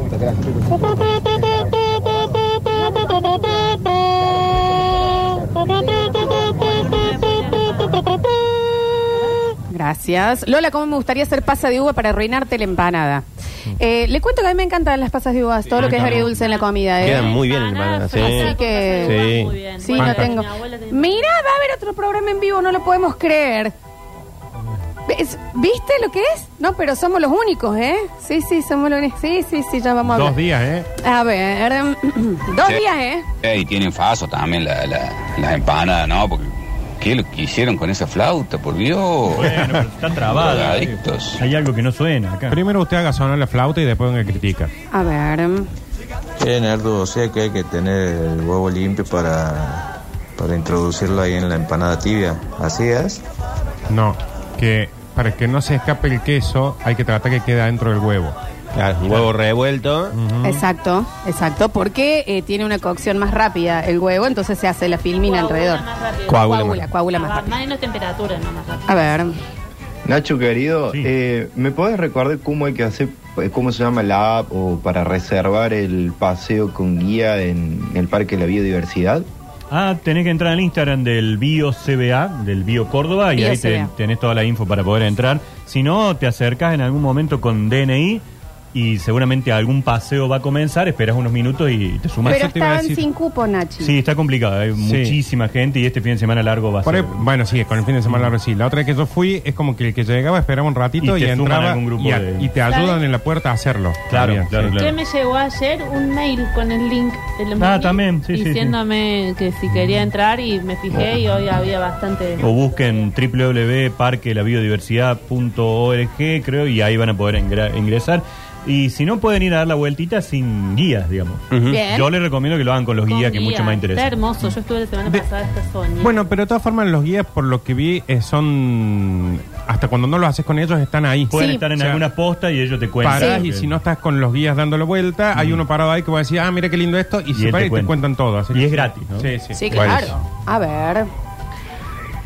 Speaker 1: Gracias. Lola, ¿cómo me gustaría hacer pasa de uva para arruinarte la empanada?
Speaker 2: Mm.
Speaker 1: Eh, le cuento que a mí me encantan las pasas de uvas, todo lo que es
Speaker 3: encanta.
Speaker 1: agridulce en la comida, ¿eh?
Speaker 2: Quedan muy bien las
Speaker 4: Empanada,
Speaker 2: empanadas, sí.
Speaker 4: fresa
Speaker 1: Así
Speaker 4: con
Speaker 1: que-
Speaker 4: salsa de uva,
Speaker 2: Sí.
Speaker 4: muy bien.
Speaker 1: Sí,
Speaker 4: Bueno,
Speaker 1: la
Speaker 3: Fantástico.
Speaker 1: tengo.
Speaker 4: mi abuela tenía-
Speaker 1: Mira, va a haber otro programa en vivo, no lo podemos creer. ¿Ves- ¿Viste lo que es? No, pero somos los únicos, ¿eh? Sí, sí, somos los únicos. Sí, sí, sí, ya vamos a
Speaker 3: Dos
Speaker 1: hablar.
Speaker 3: días, ¿eh?
Speaker 1: A ver, <clears throat> dos días, ¿eh?
Speaker 8: Eh, Y tienen faso también la- la- las empanadas, ¿no? Porque, ¿Qué lo que hicieron con esa flauta? Por Dios.
Speaker 5: Bueno, pero está trabada. eh.
Speaker 8: Drogadictos.
Speaker 5: Hay algo que no suena acá.
Speaker 3: Primero usted haga sonar la flauta y después venga a criticar.
Speaker 1: A ver.
Speaker 9: Che, Nardo, o sea que hay que tener el huevo limpio para, para introducirlo ahí en la empanada tibia. ¿Así es?
Speaker 3: No, que para que no se escape el queso, hay que tratar que quede dentro del huevo.
Speaker 2: Claro, un huevo revuelto.
Speaker 5: Mm.
Speaker 1: Exacto, exacto, porque eh, tiene una cocción más rápida el huevo, entonces se hace la filmina
Speaker 4: Coagula
Speaker 1: alrededor.
Speaker 4: más rápido.
Speaker 2: Coagula más.
Speaker 1: coagula, coagula más
Speaker 4: Más
Speaker 1: rápido.
Speaker 4: menos temperatura, no más rápido.
Speaker 1: A ver.
Speaker 10: Nacho querido,
Speaker 5: Sí.
Speaker 10: eh, ¿me podés recordar cómo hay que hacer, eh, cómo se llama la app o para reservar el paseo con guía en el Parque de la Biodiversidad?
Speaker 5: Ah, tenés que entrar al Instagram del Bio CBA, del Bio Córdoba, y
Speaker 1: Bio
Speaker 5: ahí te-
Speaker 1: CBA.
Speaker 5: tenés toda la info para poder entrar. Si no, te acercás en algún momento con DNI y seguramente algún paseo va a comenzar, esperás unos minutos y te sumas.
Speaker 1: Pero
Speaker 3: te iba a
Speaker 1: estaban
Speaker 3: decir.
Speaker 1: sin cupo, Nachi.
Speaker 5: Sí, está complicado, hay muchísima gente y este fin de semana largo va a
Speaker 3: Por ahí-
Speaker 5: ser.
Speaker 3: bueno, sí, con el fin de semana largo sí. La otra vez que yo fui es como que el que llegaba esperaba un ratito
Speaker 5: Y
Speaker 3: y,
Speaker 5: te suman
Speaker 3: entraba
Speaker 5: algún grupo
Speaker 3: y, a-
Speaker 5: de-
Speaker 3: y te ayudan en la puerta a hacerlo.
Speaker 5: Claro,
Speaker 3: También,
Speaker 5: claro,
Speaker 3: sí.
Speaker 5: claro. Ah,
Speaker 4: Que me llegó ayer un mail con el link del móvil
Speaker 5: también, sí, sí, sí.
Speaker 4: diciéndome que si quería entrar y me fijé y hoy había bastante.
Speaker 5: O busquen www.parquelabiodiversidad.org, creo, y ahí van a poder ingra- ingresar. Y si no, pueden ir a dar la vueltita sin guías, digamos.
Speaker 4: Mm.
Speaker 1: Bien.
Speaker 5: Yo les recomiendo que lo hagan con los
Speaker 4: con
Speaker 5: guías, que es mucho
Speaker 4: Está
Speaker 5: más interesante.
Speaker 4: hermoso, yo estuve la semana
Speaker 3: De-
Speaker 4: pasada esta zona.
Speaker 3: Bueno, pero de todas formas los guías, por lo que vi, eh, son... Hasta cuando no los haces con ellos, están ahí.
Speaker 5: Pueden
Speaker 1: Sí.
Speaker 5: estar en
Speaker 3: O sea,
Speaker 5: alguna posta y ellos te cuentan.
Speaker 3: Parás
Speaker 5: lo
Speaker 3: y
Speaker 5: que-
Speaker 3: si no estás con los guías dándole vuelta, hay uno parado ahí que va a decir, ah, mira qué lindo esto, y,
Speaker 5: Mm. él
Speaker 3: se para
Speaker 5: te
Speaker 3: y
Speaker 5: cuenta.
Speaker 3: te cuentan todo. así
Speaker 5: Y
Speaker 3: que
Speaker 5: es
Speaker 3: sí.
Speaker 5: gratis, ¿no?
Speaker 3: Sí, sí.
Speaker 1: Sí, claro. A ver.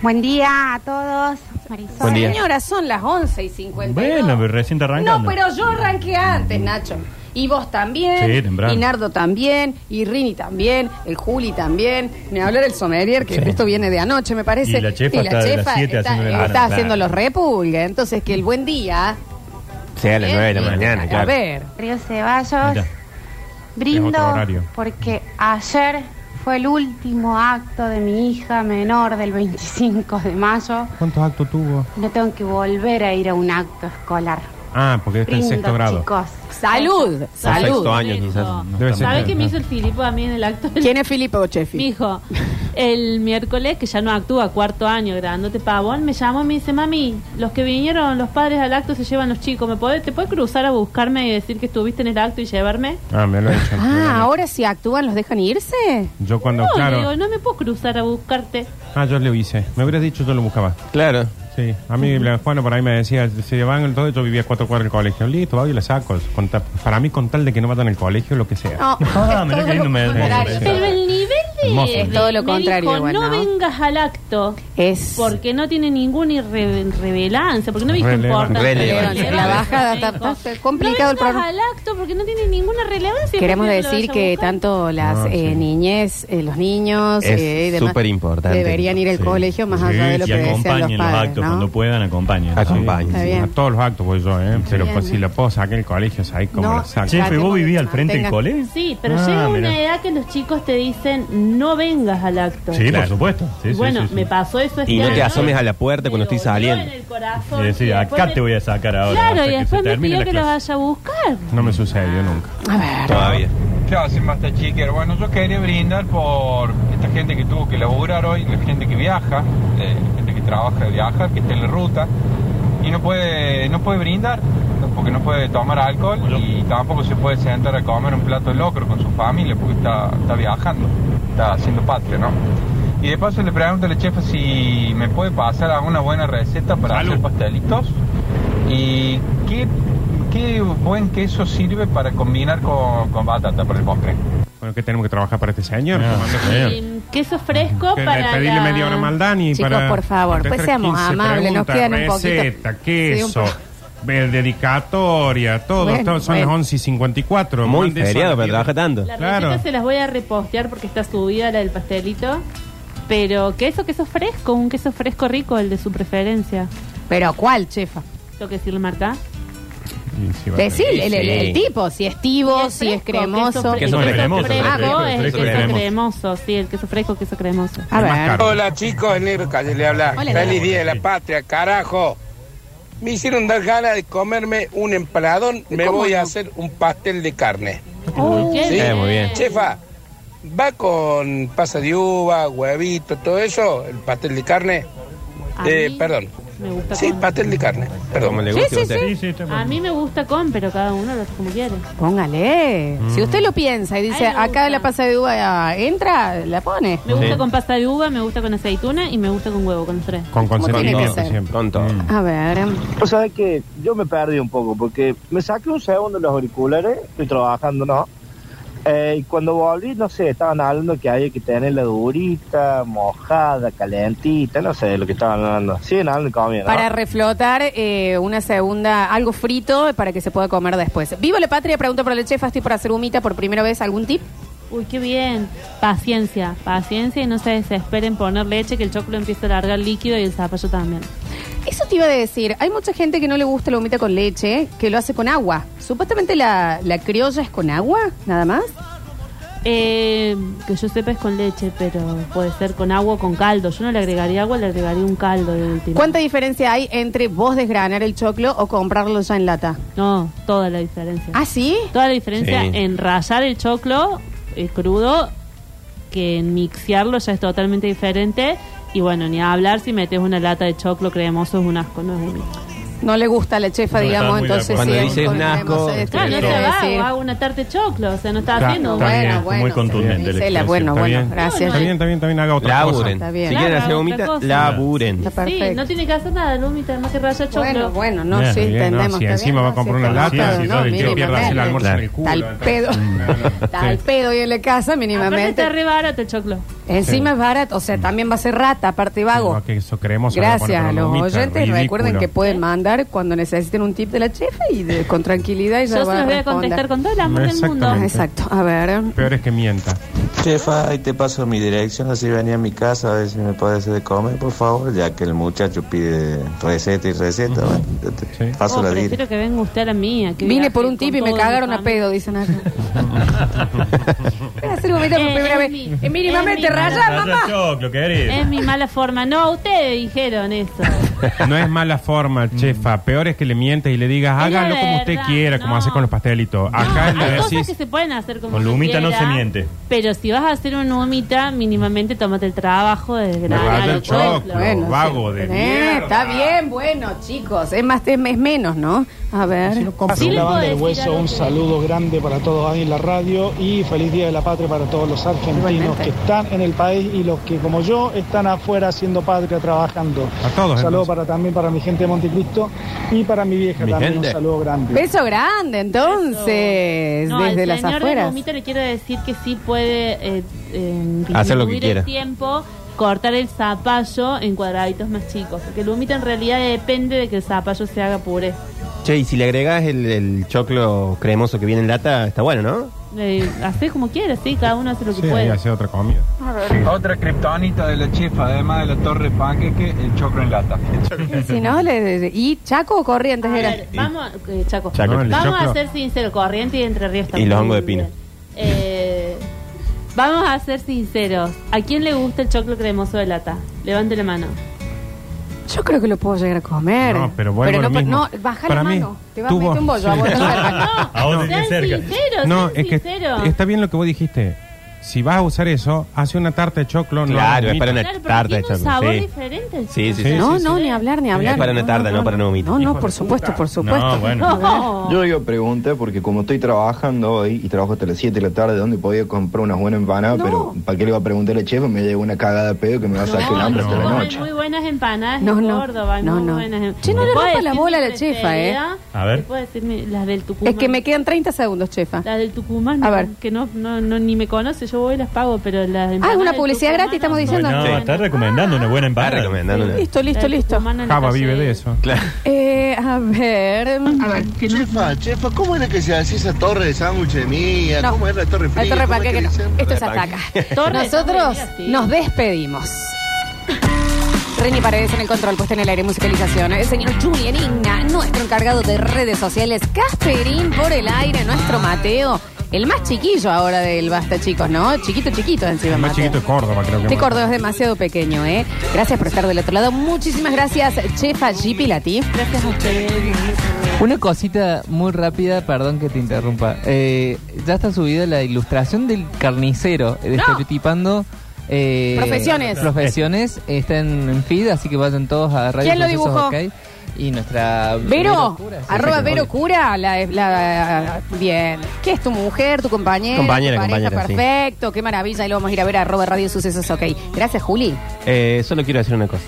Speaker 11: Buen día a todos. Marisol.
Speaker 2: Buen día.
Speaker 1: Señora, son las 11 y 52.
Speaker 5: Bueno, pero recién te arrancando.
Speaker 1: No, pero yo arranqué antes, Nacho. Y vos también.
Speaker 5: Sí, temprano.
Speaker 1: Y Nardo también. Y Rini también. El Juli también. Me hablar el sommelier, que
Speaker 5: Sí.
Speaker 1: esto viene de anoche, me parece.
Speaker 5: Y la chefa está de las siete
Speaker 1: está,
Speaker 5: haciendo el-
Speaker 1: está
Speaker 5: Claro, claro.
Speaker 1: haciendo los repulga. Entonces, que el buen día.
Speaker 2: Sea a las
Speaker 1: ¿eh?
Speaker 2: 9 de la mañana,
Speaker 1: A
Speaker 2: claro.
Speaker 1: ver.
Speaker 11: Río Ceballos,
Speaker 5: Mira. Es otro
Speaker 11: brindo
Speaker 5: horario.
Speaker 11: porque ayer fue el último acto de mi hija menor del 25 de mayo.
Speaker 3: ¿Cuántos actos tuvo?
Speaker 11: No tengo que volver a ir a un acto escolar.
Speaker 3: Ah, porque está en
Speaker 11: Brindo,
Speaker 3: sexto grado.
Speaker 11: chicos.
Speaker 1: Salud, salud.
Speaker 2: sexto año quizás.
Speaker 3: Debe ser.
Speaker 4: ¿Sabes
Speaker 3: Ah.
Speaker 4: qué me hizo el Filipo a mí en el acto? <laughs>
Speaker 1: ¿Quién es Filipe Ochefi?
Speaker 4: Mi hijo, el miércoles, que ya no actúa, cuarto año, grandote pavón, me llamó y me dice, mami, los que vinieron, los padres al acto se llevan los chicos, ¿me podés, ¿te puedes cruzar a buscarme y decir que estuviste en el acto y llevarme?
Speaker 3: Ah, me lo he hecho.
Speaker 1: Ah, ahora si actúan, ¿los dejan irse?
Speaker 3: Yo cuando,
Speaker 4: no,
Speaker 3: claro.
Speaker 4: le digo, no me puedo cruzar a buscarte.
Speaker 3: Ah, yo lo hice. Me hubieras dicho, yo lo buscaba.
Speaker 2: Claro.
Speaker 3: Sí, a mí la Juana por ahí me decía, se van todo, yo vivía cuatro cuadras del colegio. Listo, va y la saco. Con ta- para mí, con tal de que no vayan al colegio, lo que sea.
Speaker 1: No,
Speaker 5: Ah,
Speaker 1: es
Speaker 5: mirá
Speaker 1: todo
Speaker 5: que
Speaker 1: lo
Speaker 5: lindo me-
Speaker 1: contrario.
Speaker 4: Pero el nivel de...
Speaker 3: Hermoso. Es
Speaker 1: todo lo
Speaker 4: me
Speaker 1: contrario,
Speaker 4: dijo,
Speaker 1: bueno.
Speaker 4: no vengas al acto.
Speaker 1: Es
Speaker 4: Porque no tiene ninguna irre- revelancia, porque no me dijo
Speaker 3: Releva-
Speaker 4: importancia.
Speaker 2: relevancia.
Speaker 4: Relevancia.
Speaker 1: La bajada está- está- está complicado el
Speaker 4: No vengas
Speaker 1: programa.
Speaker 4: al acto porque no tiene ninguna relevancia.
Speaker 1: Queremos
Speaker 4: ¿por qué no lo
Speaker 1: decir
Speaker 4: vas a
Speaker 1: que
Speaker 4: buscar?
Speaker 1: tanto las
Speaker 3: No,
Speaker 1: eh,
Speaker 3: sí.
Speaker 1: niñez, eh, los niños
Speaker 2: Es
Speaker 1: eh, y demás
Speaker 2: superimportante.
Speaker 1: deberían ir al
Speaker 5: Sí.
Speaker 1: colegio más
Speaker 5: Sí,
Speaker 1: allá de lo
Speaker 5: y
Speaker 1: que desean los
Speaker 5: acompañen los
Speaker 1: padres,
Speaker 5: actos
Speaker 1: ¿no?
Speaker 5: cuando puedan, acompañen.
Speaker 2: Acompañen.
Speaker 1: Está bien.
Speaker 3: A todos los actos voy yo, ¿eh? Pero
Speaker 1: bien.
Speaker 3: pues, si la puedo sacar en el colegio, ¿sabes cómo
Speaker 1: No,
Speaker 3: la saco?
Speaker 1: ya-
Speaker 5: Chefe, ¿vos vivís al frente del
Speaker 1: Mantenga-
Speaker 5: cole?
Speaker 4: Sí, pero
Speaker 5: Ah,
Speaker 4: llega una
Speaker 5: mirá.
Speaker 4: edad que los chicos te dicen no vengas al acto.
Speaker 5: Sí, por
Speaker 2: Claro.
Speaker 5: supuesto. Sí, sí,
Speaker 4: bueno,
Speaker 5: sí, sí.
Speaker 4: me pasó eso. este
Speaker 2: Y no te
Speaker 4: año.
Speaker 2: asomes a la puerta cuando
Speaker 4: Me
Speaker 2: estoy
Speaker 4: dolió
Speaker 2: saliendo.
Speaker 4: en el corazón,
Speaker 5: Y decir,
Speaker 4: y después
Speaker 5: acá
Speaker 4: me-
Speaker 5: te voy a sacar ahora.
Speaker 4: Claro, y
Speaker 5: hasta que se
Speaker 4: después me
Speaker 5: termine
Speaker 4: pidió
Speaker 5: la
Speaker 4: que lo
Speaker 5: clase.
Speaker 4: vaya a buscar.
Speaker 3: No me sucedió nunca.
Speaker 1: A ver,
Speaker 2: Todavía.
Speaker 7: ¿Qué hacen, Master Chicker? Bueno, yo quería brindar por esta gente que tuvo que laburar hoy, la gente que viaja, eh, la gente que trabaja de viajar, que está en la ruta y no puede, no puede brindar porque no puede tomar alcohol y tampoco se puede sentar a comer un plato de locro con su familia porque está, está viajando, está haciendo patria, ¿no? Y de paso le pregunto a la chefa si me puede pasar alguna buena receta para
Speaker 5: Salud.
Speaker 7: hacer pastelitos y qué, qué buen queso sirve para combinar con, con batata para el postre.
Speaker 3: Bueno, que tenemos que trabajar para este señor.
Speaker 5: Ah, señor.
Speaker 4: Eh, queso fresco
Speaker 3: Que le-
Speaker 4: para.
Speaker 3: pedirle
Speaker 4: la-
Speaker 3: media hora más al Dani
Speaker 1: Chicos,
Speaker 3: para
Speaker 1: por favor,
Speaker 3: contestar
Speaker 1: pues seamos
Speaker 3: 15
Speaker 1: amables, nos
Speaker 3: preguntas,
Speaker 1: quedan un poquito.
Speaker 3: receta,
Speaker 1: Sí,
Speaker 3: queso,
Speaker 1: un
Speaker 3: eh, dedicatoria, todo.
Speaker 1: Bueno,
Speaker 3: todo- son
Speaker 1: bueno.
Speaker 3: las 11 y 54.
Speaker 2: Muy
Speaker 3: Mande eso a
Speaker 2: feriado,
Speaker 3: la
Speaker 2: pero
Speaker 3: tía.
Speaker 2: trabaja tanto.
Speaker 4: La
Speaker 3: Claro.
Speaker 4: receta se las voy a repostear porque está subida la del pastelito. Pero queso, queso fresco, un queso fresco rico, el de su preferencia.
Speaker 1: pero ¿cuál, chefa?
Speaker 4: Tengo que decirle, Marta.
Speaker 3: Sí, sí, va a
Speaker 1: Decir
Speaker 3: tener.
Speaker 1: el, el- el
Speaker 2: Sí.
Speaker 1: tipo, si es tivo, si es cremoso.
Speaker 4: El
Speaker 5: Queso
Speaker 4: queso
Speaker 5: cremoso,
Speaker 4: fresco
Speaker 5: queso fresco,
Speaker 4: es el
Speaker 5: queso
Speaker 4: queso
Speaker 5: cremoso.
Speaker 4: cremoso. Sí, el queso fresco, queso cremoso.
Speaker 1: A
Speaker 3: Es más
Speaker 1: ver.
Speaker 3: caro.
Speaker 12: Hola chicos, el negro calle le habla.
Speaker 1: Hola,
Speaker 12: Feliz
Speaker 1: negro.
Speaker 12: día de la patria, carajo. Me hicieron dar ganas de comerme un empanadón, me
Speaker 1: ¿Cómo
Speaker 12: voy a
Speaker 1: no?
Speaker 12: hacer un pastel de carne.
Speaker 4: Oh, qué
Speaker 12: Sí.
Speaker 4: bien.
Speaker 2: Eh, muy bien.
Speaker 12: Chefa, va con pasa de uva, huevito, todo eso, el pastel de carne.
Speaker 4: A
Speaker 12: Eh,
Speaker 4: mí
Speaker 12: perdón.
Speaker 4: Me gusta
Speaker 12: Sí,
Speaker 4: con.
Speaker 12: pastel de carne,
Speaker 2: Como
Speaker 12: perdón.
Speaker 2: le
Speaker 1: Sí,
Speaker 2: guste
Speaker 1: sí,
Speaker 2: a usted.
Speaker 5: Sí, sí, está
Speaker 4: A
Speaker 5: bueno.
Speaker 4: mí me gusta con, pero cada uno lo hace como quiere.
Speaker 1: Póngale. Si usted lo piensa y dice,
Speaker 4: Ay, me
Speaker 1: acá
Speaker 4: gusta.
Speaker 1: la pasa de uva ah, entra, la pone.
Speaker 4: Me gusta
Speaker 2: Sí.
Speaker 4: con pasta de uva, me gusta con aceituna y me gusta con huevo, con los tres.
Speaker 3: Con
Speaker 1: ¿Cómo tiene que
Speaker 3: consentimiento
Speaker 1: ser?
Speaker 3: siempre.
Speaker 2: Con todo.
Speaker 1: A ver.
Speaker 7: O sea que yo me perdí un poco porque me saqué un segundo los auriculares, estoy trabajando, ¿no? Eh, y cuando volví, no sé, estaban hablando que había que tenerla durita, mojada, calentita, no sé de lo que estaban hablando. Siguen hablando de comida, ¿no?
Speaker 1: Para reflotar eh, una segunda, algo frito para que se pueda comer después. Vivo la patria, pregunto por la chefa, estoy por hacer humita por primera vez, ¿algún tip?
Speaker 4: Uy, qué bien. Paciencia, paciencia y no se desesperen poner leche, que el choclo empieza a largar líquido y el zapallo también.
Speaker 1: Eso te iba a decir, hay mucha gente que no le gusta la humita con leche, que lo hace con agua. Supuestamente la, la criolla es con agua, nada más.
Speaker 4: Eh, que yo sepa es con leche, pero puede ser con agua o con caldo. Yo no le agregaría agua, le agregaría un caldo de última.
Speaker 1: ¿Cuánta diferencia hay entre vos desgranar el choclo o comprarlo ya en lata?
Speaker 4: No, toda la diferencia.
Speaker 1: ¿Ah, sí?
Speaker 4: Toda la diferencia
Speaker 2: Sí.
Speaker 4: en rallar el choclo eh, crudo que en mixearlo ya es totalmente diferente. Y bueno, ni a hablar si metes una lata de choclo cremoso es un asco, no es un...
Speaker 1: No le gusta a la chefa,
Speaker 3: No,
Speaker 1: digamos,
Speaker 3: está muy
Speaker 1: entonces...
Speaker 3: de acuerdo.
Speaker 2: Cuando dices
Speaker 1: volvemos
Speaker 2: un asco,
Speaker 1: a esto
Speaker 4: Claro,
Speaker 1: que
Speaker 4: no es
Speaker 1: quiero
Speaker 4: trabajo,
Speaker 1: decir.
Speaker 4: hago una tarta de choclo, o sea, no está
Speaker 3: Está-
Speaker 4: haciendo.
Speaker 3: está bien,
Speaker 4: Bueno,
Speaker 3: fue muy
Speaker 4: bueno.
Speaker 3: contundente. la
Speaker 1: Gisela,
Speaker 3: expresión.
Speaker 1: bueno,
Speaker 3: Está
Speaker 1: bueno,
Speaker 3: bien.
Speaker 1: gracias.
Speaker 3: Está bien, también, también haga otra cosa.
Speaker 2: Laburen.
Speaker 1: Está
Speaker 2: Si
Speaker 1: bien.
Speaker 2: quieren
Speaker 4: Claro,
Speaker 2: hacer
Speaker 4: otra
Speaker 2: gomita,
Speaker 4: cosa.
Speaker 2: laburen.
Speaker 1: Está perfecto.
Speaker 4: Sí, no tiene que hacer nada, Lumita, más que raya choclo.
Speaker 1: Bueno, bueno, no,
Speaker 3: Bien,
Speaker 1: sí,
Speaker 3: bien, no,
Speaker 1: entendemos.
Speaker 3: si
Speaker 1: está
Speaker 3: encima
Speaker 1: bien,
Speaker 3: va a
Speaker 1: no,
Speaker 3: comprar
Speaker 1: sí,
Speaker 3: una
Speaker 1: está
Speaker 3: lata,
Speaker 1: bien,
Speaker 3: si
Speaker 1: no,
Speaker 3: todo el tiempo
Speaker 1: mínimamente.
Speaker 3: pierdas el almuerzo en el culo,
Speaker 1: Tal
Speaker 3: entonces.
Speaker 1: pedo. <laughs>
Speaker 3: Claro.
Speaker 1: Tal
Speaker 3: Sí.
Speaker 1: pedo y en la casa,
Speaker 4: Aparte está
Speaker 1: mínimamente.
Speaker 4: re barato el choclo.
Speaker 1: Encima es barato, o sea, también va a ser rata, aparte vago.
Speaker 3: No, que eso cremoso,
Speaker 1: Gracias
Speaker 3: no
Speaker 1: a
Speaker 3: lo
Speaker 1: los
Speaker 3: pone, pero
Speaker 1: oyentes.
Speaker 3: ridículo.
Speaker 1: Recuerden que pueden mandar cuando necesiten un tip de la chefa y de- con tranquilidad y
Speaker 4: Yo
Speaker 1: ya
Speaker 4: se los
Speaker 1: va
Speaker 4: voy a
Speaker 1: responder.
Speaker 4: contestar con todo el amor del mundo.
Speaker 1: Ah, Exacto, a ver.
Speaker 3: Peor es que mienta.
Speaker 9: Chefa, ahí te paso mi dirección, así venía a mi casa, a ver si me puede hacer de comer, por favor, ya que el muchacho pide receta y receta. Bueno, yo te
Speaker 3: Sí.
Speaker 9: paso
Speaker 4: Oh,
Speaker 9: la dirección.
Speaker 4: prefiero que venga usted a la mía. que
Speaker 1: Vine
Speaker 4: viaje
Speaker 1: por un tip
Speaker 4: con
Speaker 1: y me
Speaker 4: todo
Speaker 1: cagaron
Speaker 4: mi
Speaker 1: a pedo, dicen
Speaker 4: <laughs>
Speaker 1: acá. Voy a hacer vomita por
Speaker 4: Eh,
Speaker 1: primera vez.
Speaker 4: Emi,
Speaker 1: Eh, mínimamente,
Speaker 4: Emi,
Speaker 1: raya,
Speaker 5: Raya
Speaker 1: mamá.
Speaker 5: choclo, querido.
Speaker 4: familia. Es mi mala forma. No, ustedes dijeron eso.
Speaker 3: No es mala forma,
Speaker 2: Mm.
Speaker 3: chefa. Peor es que le mientes y le digas,
Speaker 4: Es la
Speaker 3: hágalo como usted
Speaker 4: verdad,
Speaker 3: quiera, como
Speaker 4: no.
Speaker 3: hace con los pastelitos.
Speaker 4: No,
Speaker 3: Acá le
Speaker 4: hay cosas que
Speaker 3: decís,
Speaker 4: se pueden hacer como
Speaker 5: Con
Speaker 4: se
Speaker 5: lumita no
Speaker 4: quiera,
Speaker 5: se miente.
Speaker 4: Pero si vas a hacer una humita, mínimamente tómate el trabajo de
Speaker 3: Me
Speaker 4: desgranar
Speaker 3: raya
Speaker 4: el
Speaker 3: el choclo,
Speaker 4: pueblo.
Speaker 1: Bueno,
Speaker 3: vago
Speaker 1: sí.
Speaker 3: de
Speaker 1: Eh,
Speaker 3: mierda.
Speaker 1: Está bien, bueno, chicos. Es más, es es menos, ¿no? A ver.
Speaker 4: Sí le puedo decir algo que-
Speaker 12: grande para todos ahí en la radio y feliz Día de la Patria para todos los
Speaker 1: Igualmente. que
Speaker 12: están en el país y los que, como yo, están afuera haciendo patria, trabajando.
Speaker 3: A todos,
Speaker 12: saludo
Speaker 3: entonces.
Speaker 12: para, también para mi gente de Montecristo y para mi vieja
Speaker 2: Mi
Speaker 12: también.
Speaker 2: gente.
Speaker 12: Un saludo grande.
Speaker 1: Beso grande, entonces.
Speaker 4: No,
Speaker 1: desde
Speaker 4: al
Speaker 1: las
Speaker 4: señor de
Speaker 1: afueras.
Speaker 4: Gomita le quiero decir que sí puede eh, eh,
Speaker 2: Hacer lo
Speaker 4: disminuir
Speaker 2: que quiera.
Speaker 4: el tiempo, cortar el zapallo en cuadraditos más chicos. Porque el humita en realidad depende de que el zapallo se haga puré.
Speaker 2: Che, y si le agregás el, el choclo cremoso que viene en lata, está bueno, ¿no?
Speaker 4: Eh, hace como quiera, sí, cada uno hace lo que
Speaker 3: Sí, ahí
Speaker 4: puede.
Speaker 3: hace otra comida.
Speaker 7: Otra kriptonita de la chefa, además de la torre panqueque, el choclo en lata.
Speaker 1: Si no, le- le- ¿y Chaco o Corrientes
Speaker 4: A
Speaker 1: era?
Speaker 4: ver, vamos, a- eh, Chaco.
Speaker 2: Chaco.
Speaker 3: No, el
Speaker 4: vamos
Speaker 3: choclo.
Speaker 4: a ser sinceros, Corriente y Entre Ríos
Speaker 2: Y
Speaker 4: también.
Speaker 2: los hongos de pino.
Speaker 4: Eh, vamos a ser sinceros. ¿A quién le gusta el choclo cremoso de lata? Levante
Speaker 3: <laughs>
Speaker 4: la mano.
Speaker 1: Yo creo que lo puedo llegar a comer.
Speaker 3: No, pero vuelvo
Speaker 1: no, pues,
Speaker 3: a lo mismo.
Speaker 1: no, baja
Speaker 3: Para
Speaker 1: la
Speaker 3: mí,
Speaker 1: mano. Te vas a
Speaker 3: tuvo-
Speaker 1: meter un bollo. a vos te va a-
Speaker 4: No,
Speaker 5: A vos te
Speaker 4: sean
Speaker 5: quedé cerca.
Speaker 4: sinceros,
Speaker 3: No,
Speaker 4: sean
Speaker 3: es que
Speaker 4: sinceros.
Speaker 3: está bien lo que vos dijiste. Si vas a usar eso, hace una tarta de choclo. no
Speaker 2: Claro,
Speaker 3: hagas
Speaker 2: es para
Speaker 3: humita.
Speaker 2: una
Speaker 4: Claro, pero
Speaker 2: tarta de
Speaker 4: tiene un
Speaker 2: choclo.
Speaker 4: sabor
Speaker 2: Sí.
Speaker 4: diferente el
Speaker 2: Sí, sí,
Speaker 4: choclo.
Speaker 2: sí.
Speaker 1: No,
Speaker 2: sí,
Speaker 1: no,
Speaker 2: sí.
Speaker 1: ni hablar, ni hablar.
Speaker 2: Es para una tarta, no para una humita.
Speaker 1: No,
Speaker 3: Hijo
Speaker 1: no,
Speaker 3: de
Speaker 1: por supuesto, por supuesto.
Speaker 5: No, bueno.
Speaker 4: No.
Speaker 10: Yo digo pregunté porque como estoy trabajando hoy y trabajo hasta las 7 de la tarde, ¿dónde podía comprar unas buenas empanadas?
Speaker 1: No.
Speaker 10: Pero ¿para qué le iba a preguntar al chef? Me llegó una cagada de pedo que me va a sacar el hambre
Speaker 4: no,
Speaker 10: hasta la
Speaker 4: comen
Speaker 10: noche.
Speaker 4: muy buenas empanadas
Speaker 1: No,
Speaker 4: en
Speaker 1: no,
Speaker 4: Córdoba, hay
Speaker 1: no,
Speaker 4: muy
Speaker 1: no.
Speaker 4: buenas empanadas.
Speaker 1: Che, no le
Speaker 4: ¿Puedo
Speaker 1: rompa la
Speaker 4: decir
Speaker 1: bola a
Speaker 4: mi
Speaker 1: la chefa, eh?
Speaker 4: preferida?
Speaker 5: A ver.
Speaker 4: ¿Te puedo decir mi- las del Tucumán?
Speaker 1: Es que me quedan 30 segundos, chefa.
Speaker 4: Las del Tucumán,
Speaker 1: A
Speaker 4: no,
Speaker 1: ver.
Speaker 4: que no, no, no, ni me conoce, yo voy y las pago, pero las
Speaker 1: Ah, es
Speaker 4: empanadas
Speaker 1: una
Speaker 4: del
Speaker 1: publicidad
Speaker 4: Tucumán
Speaker 1: gratis, estamos
Speaker 4: no son
Speaker 1: diciendo.
Speaker 5: No,
Speaker 4: buenas.
Speaker 5: está recomendando una buena
Speaker 2: Está
Speaker 5: empanada.
Speaker 2: recomendando una.
Speaker 1: Listo,
Speaker 4: Las
Speaker 1: listo,
Speaker 4: del
Speaker 1: listo.
Speaker 4: Tucumán en la
Speaker 3: Java
Speaker 4: calle-
Speaker 3: vive de eso.
Speaker 2: Claro.
Speaker 1: Eh, a ver.
Speaker 12: Chefa, chefa, ¿cómo era que se hacía esa torre de sándwich de mía?
Speaker 1: No. ¿Cómo
Speaker 12: era la torre
Speaker 1: La torre panqueque no. Esto es hasta acá.
Speaker 4: Torre,
Speaker 1: Nosotros
Speaker 4: torre, sí.
Speaker 1: nos despedimos. Reni Paredes en el control, puesta en el aire, musicalización. El señor Julian Igna, nuestro encargado de redes sociales. Casperín por el aire, nuestro Mateo. El más chiquillo ahora del Basta, chicos, ¿no? Chiquito, chiquito encima,
Speaker 3: El más
Speaker 1: Mateo.
Speaker 3: chiquito de Córdoba, creo que.
Speaker 1: Este
Speaker 3: más.
Speaker 1: Córdoba es demasiado pequeño, ¿eh? Gracias por estar del otro lado. Muchísimas gracias, Chefa Jipi Latif.
Speaker 4: Gracias a ustedes.
Speaker 6: Una cosita muy rápida, perdón que te interrumpa. Eh, ya está subida la ilustración del carnicero, eh, estereotipando. eh,
Speaker 1: Profesiones.
Speaker 6: Profesiones. Está en, en feed, así que vayan todos a Radio
Speaker 1: ¿Quién lo
Speaker 6: Sucesos
Speaker 1: dibujó?
Speaker 6: OK. Y nuestra.
Speaker 1: Vero,
Speaker 6: Cura, sí,
Speaker 1: arroba
Speaker 6: sí,
Speaker 1: Vero Cura, la, la- bien. ¿Qué es tu mujer, tu compañera?
Speaker 2: Compañera,
Speaker 1: tu pareja?
Speaker 2: compañera, sí.
Speaker 1: Perfecto, qué maravilla. Y lo vamos a ir a ver a arroba Radio Sucesos, ok. Gracias, Juli.
Speaker 2: Eh, solo quiero decir una cosa.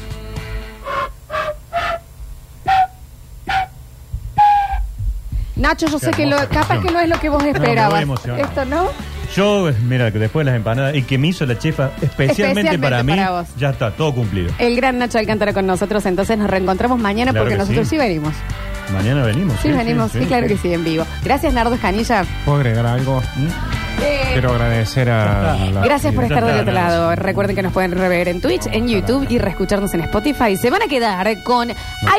Speaker 1: Nacho, yo
Speaker 5: Qué
Speaker 1: sé que lo,
Speaker 5: hermosa
Speaker 1: capaz
Speaker 5: canción.
Speaker 1: que no es lo que vos
Speaker 5: me voy
Speaker 1: esperabas.
Speaker 5: emocionado.
Speaker 1: Esto no.
Speaker 5: Yo, mira, que después de las empanadas y que me hizo la chefa especialmente,
Speaker 1: Especialmente
Speaker 5: para mí,
Speaker 1: para vos.
Speaker 5: ya está, todo cumplido.
Speaker 1: El gran Nacho Alcántara con nosotros, entonces nos reencontramos mañana
Speaker 5: Claro
Speaker 1: porque
Speaker 5: que
Speaker 1: nosotros sí.
Speaker 5: sí.
Speaker 1: venimos.
Speaker 5: Mañana venimos.
Speaker 1: Sí, venimos, sí, claro que sí, en vivo. Gracias, Nardo Escanilla.
Speaker 3: ¿Puedo agregar algo?
Speaker 1: Eh,
Speaker 3: Quiero agradecer a. la-
Speaker 1: Gracias por
Speaker 5: Ya
Speaker 1: estar del
Speaker 5: está,
Speaker 1: otro
Speaker 5: nada.
Speaker 1: lado. Recuerden que nos pueden rever en Twitch, en YouTube y reescucharnos en Spotify. Se van a quedar con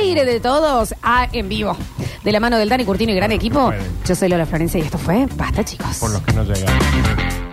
Speaker 1: aire de todos a en vivo. De la mano del Dani Curtino y gran equipo,
Speaker 3: pueden.
Speaker 1: yo soy Lola Florencia y esto fue Basta, chicos.
Speaker 3: Por los que no llegaron.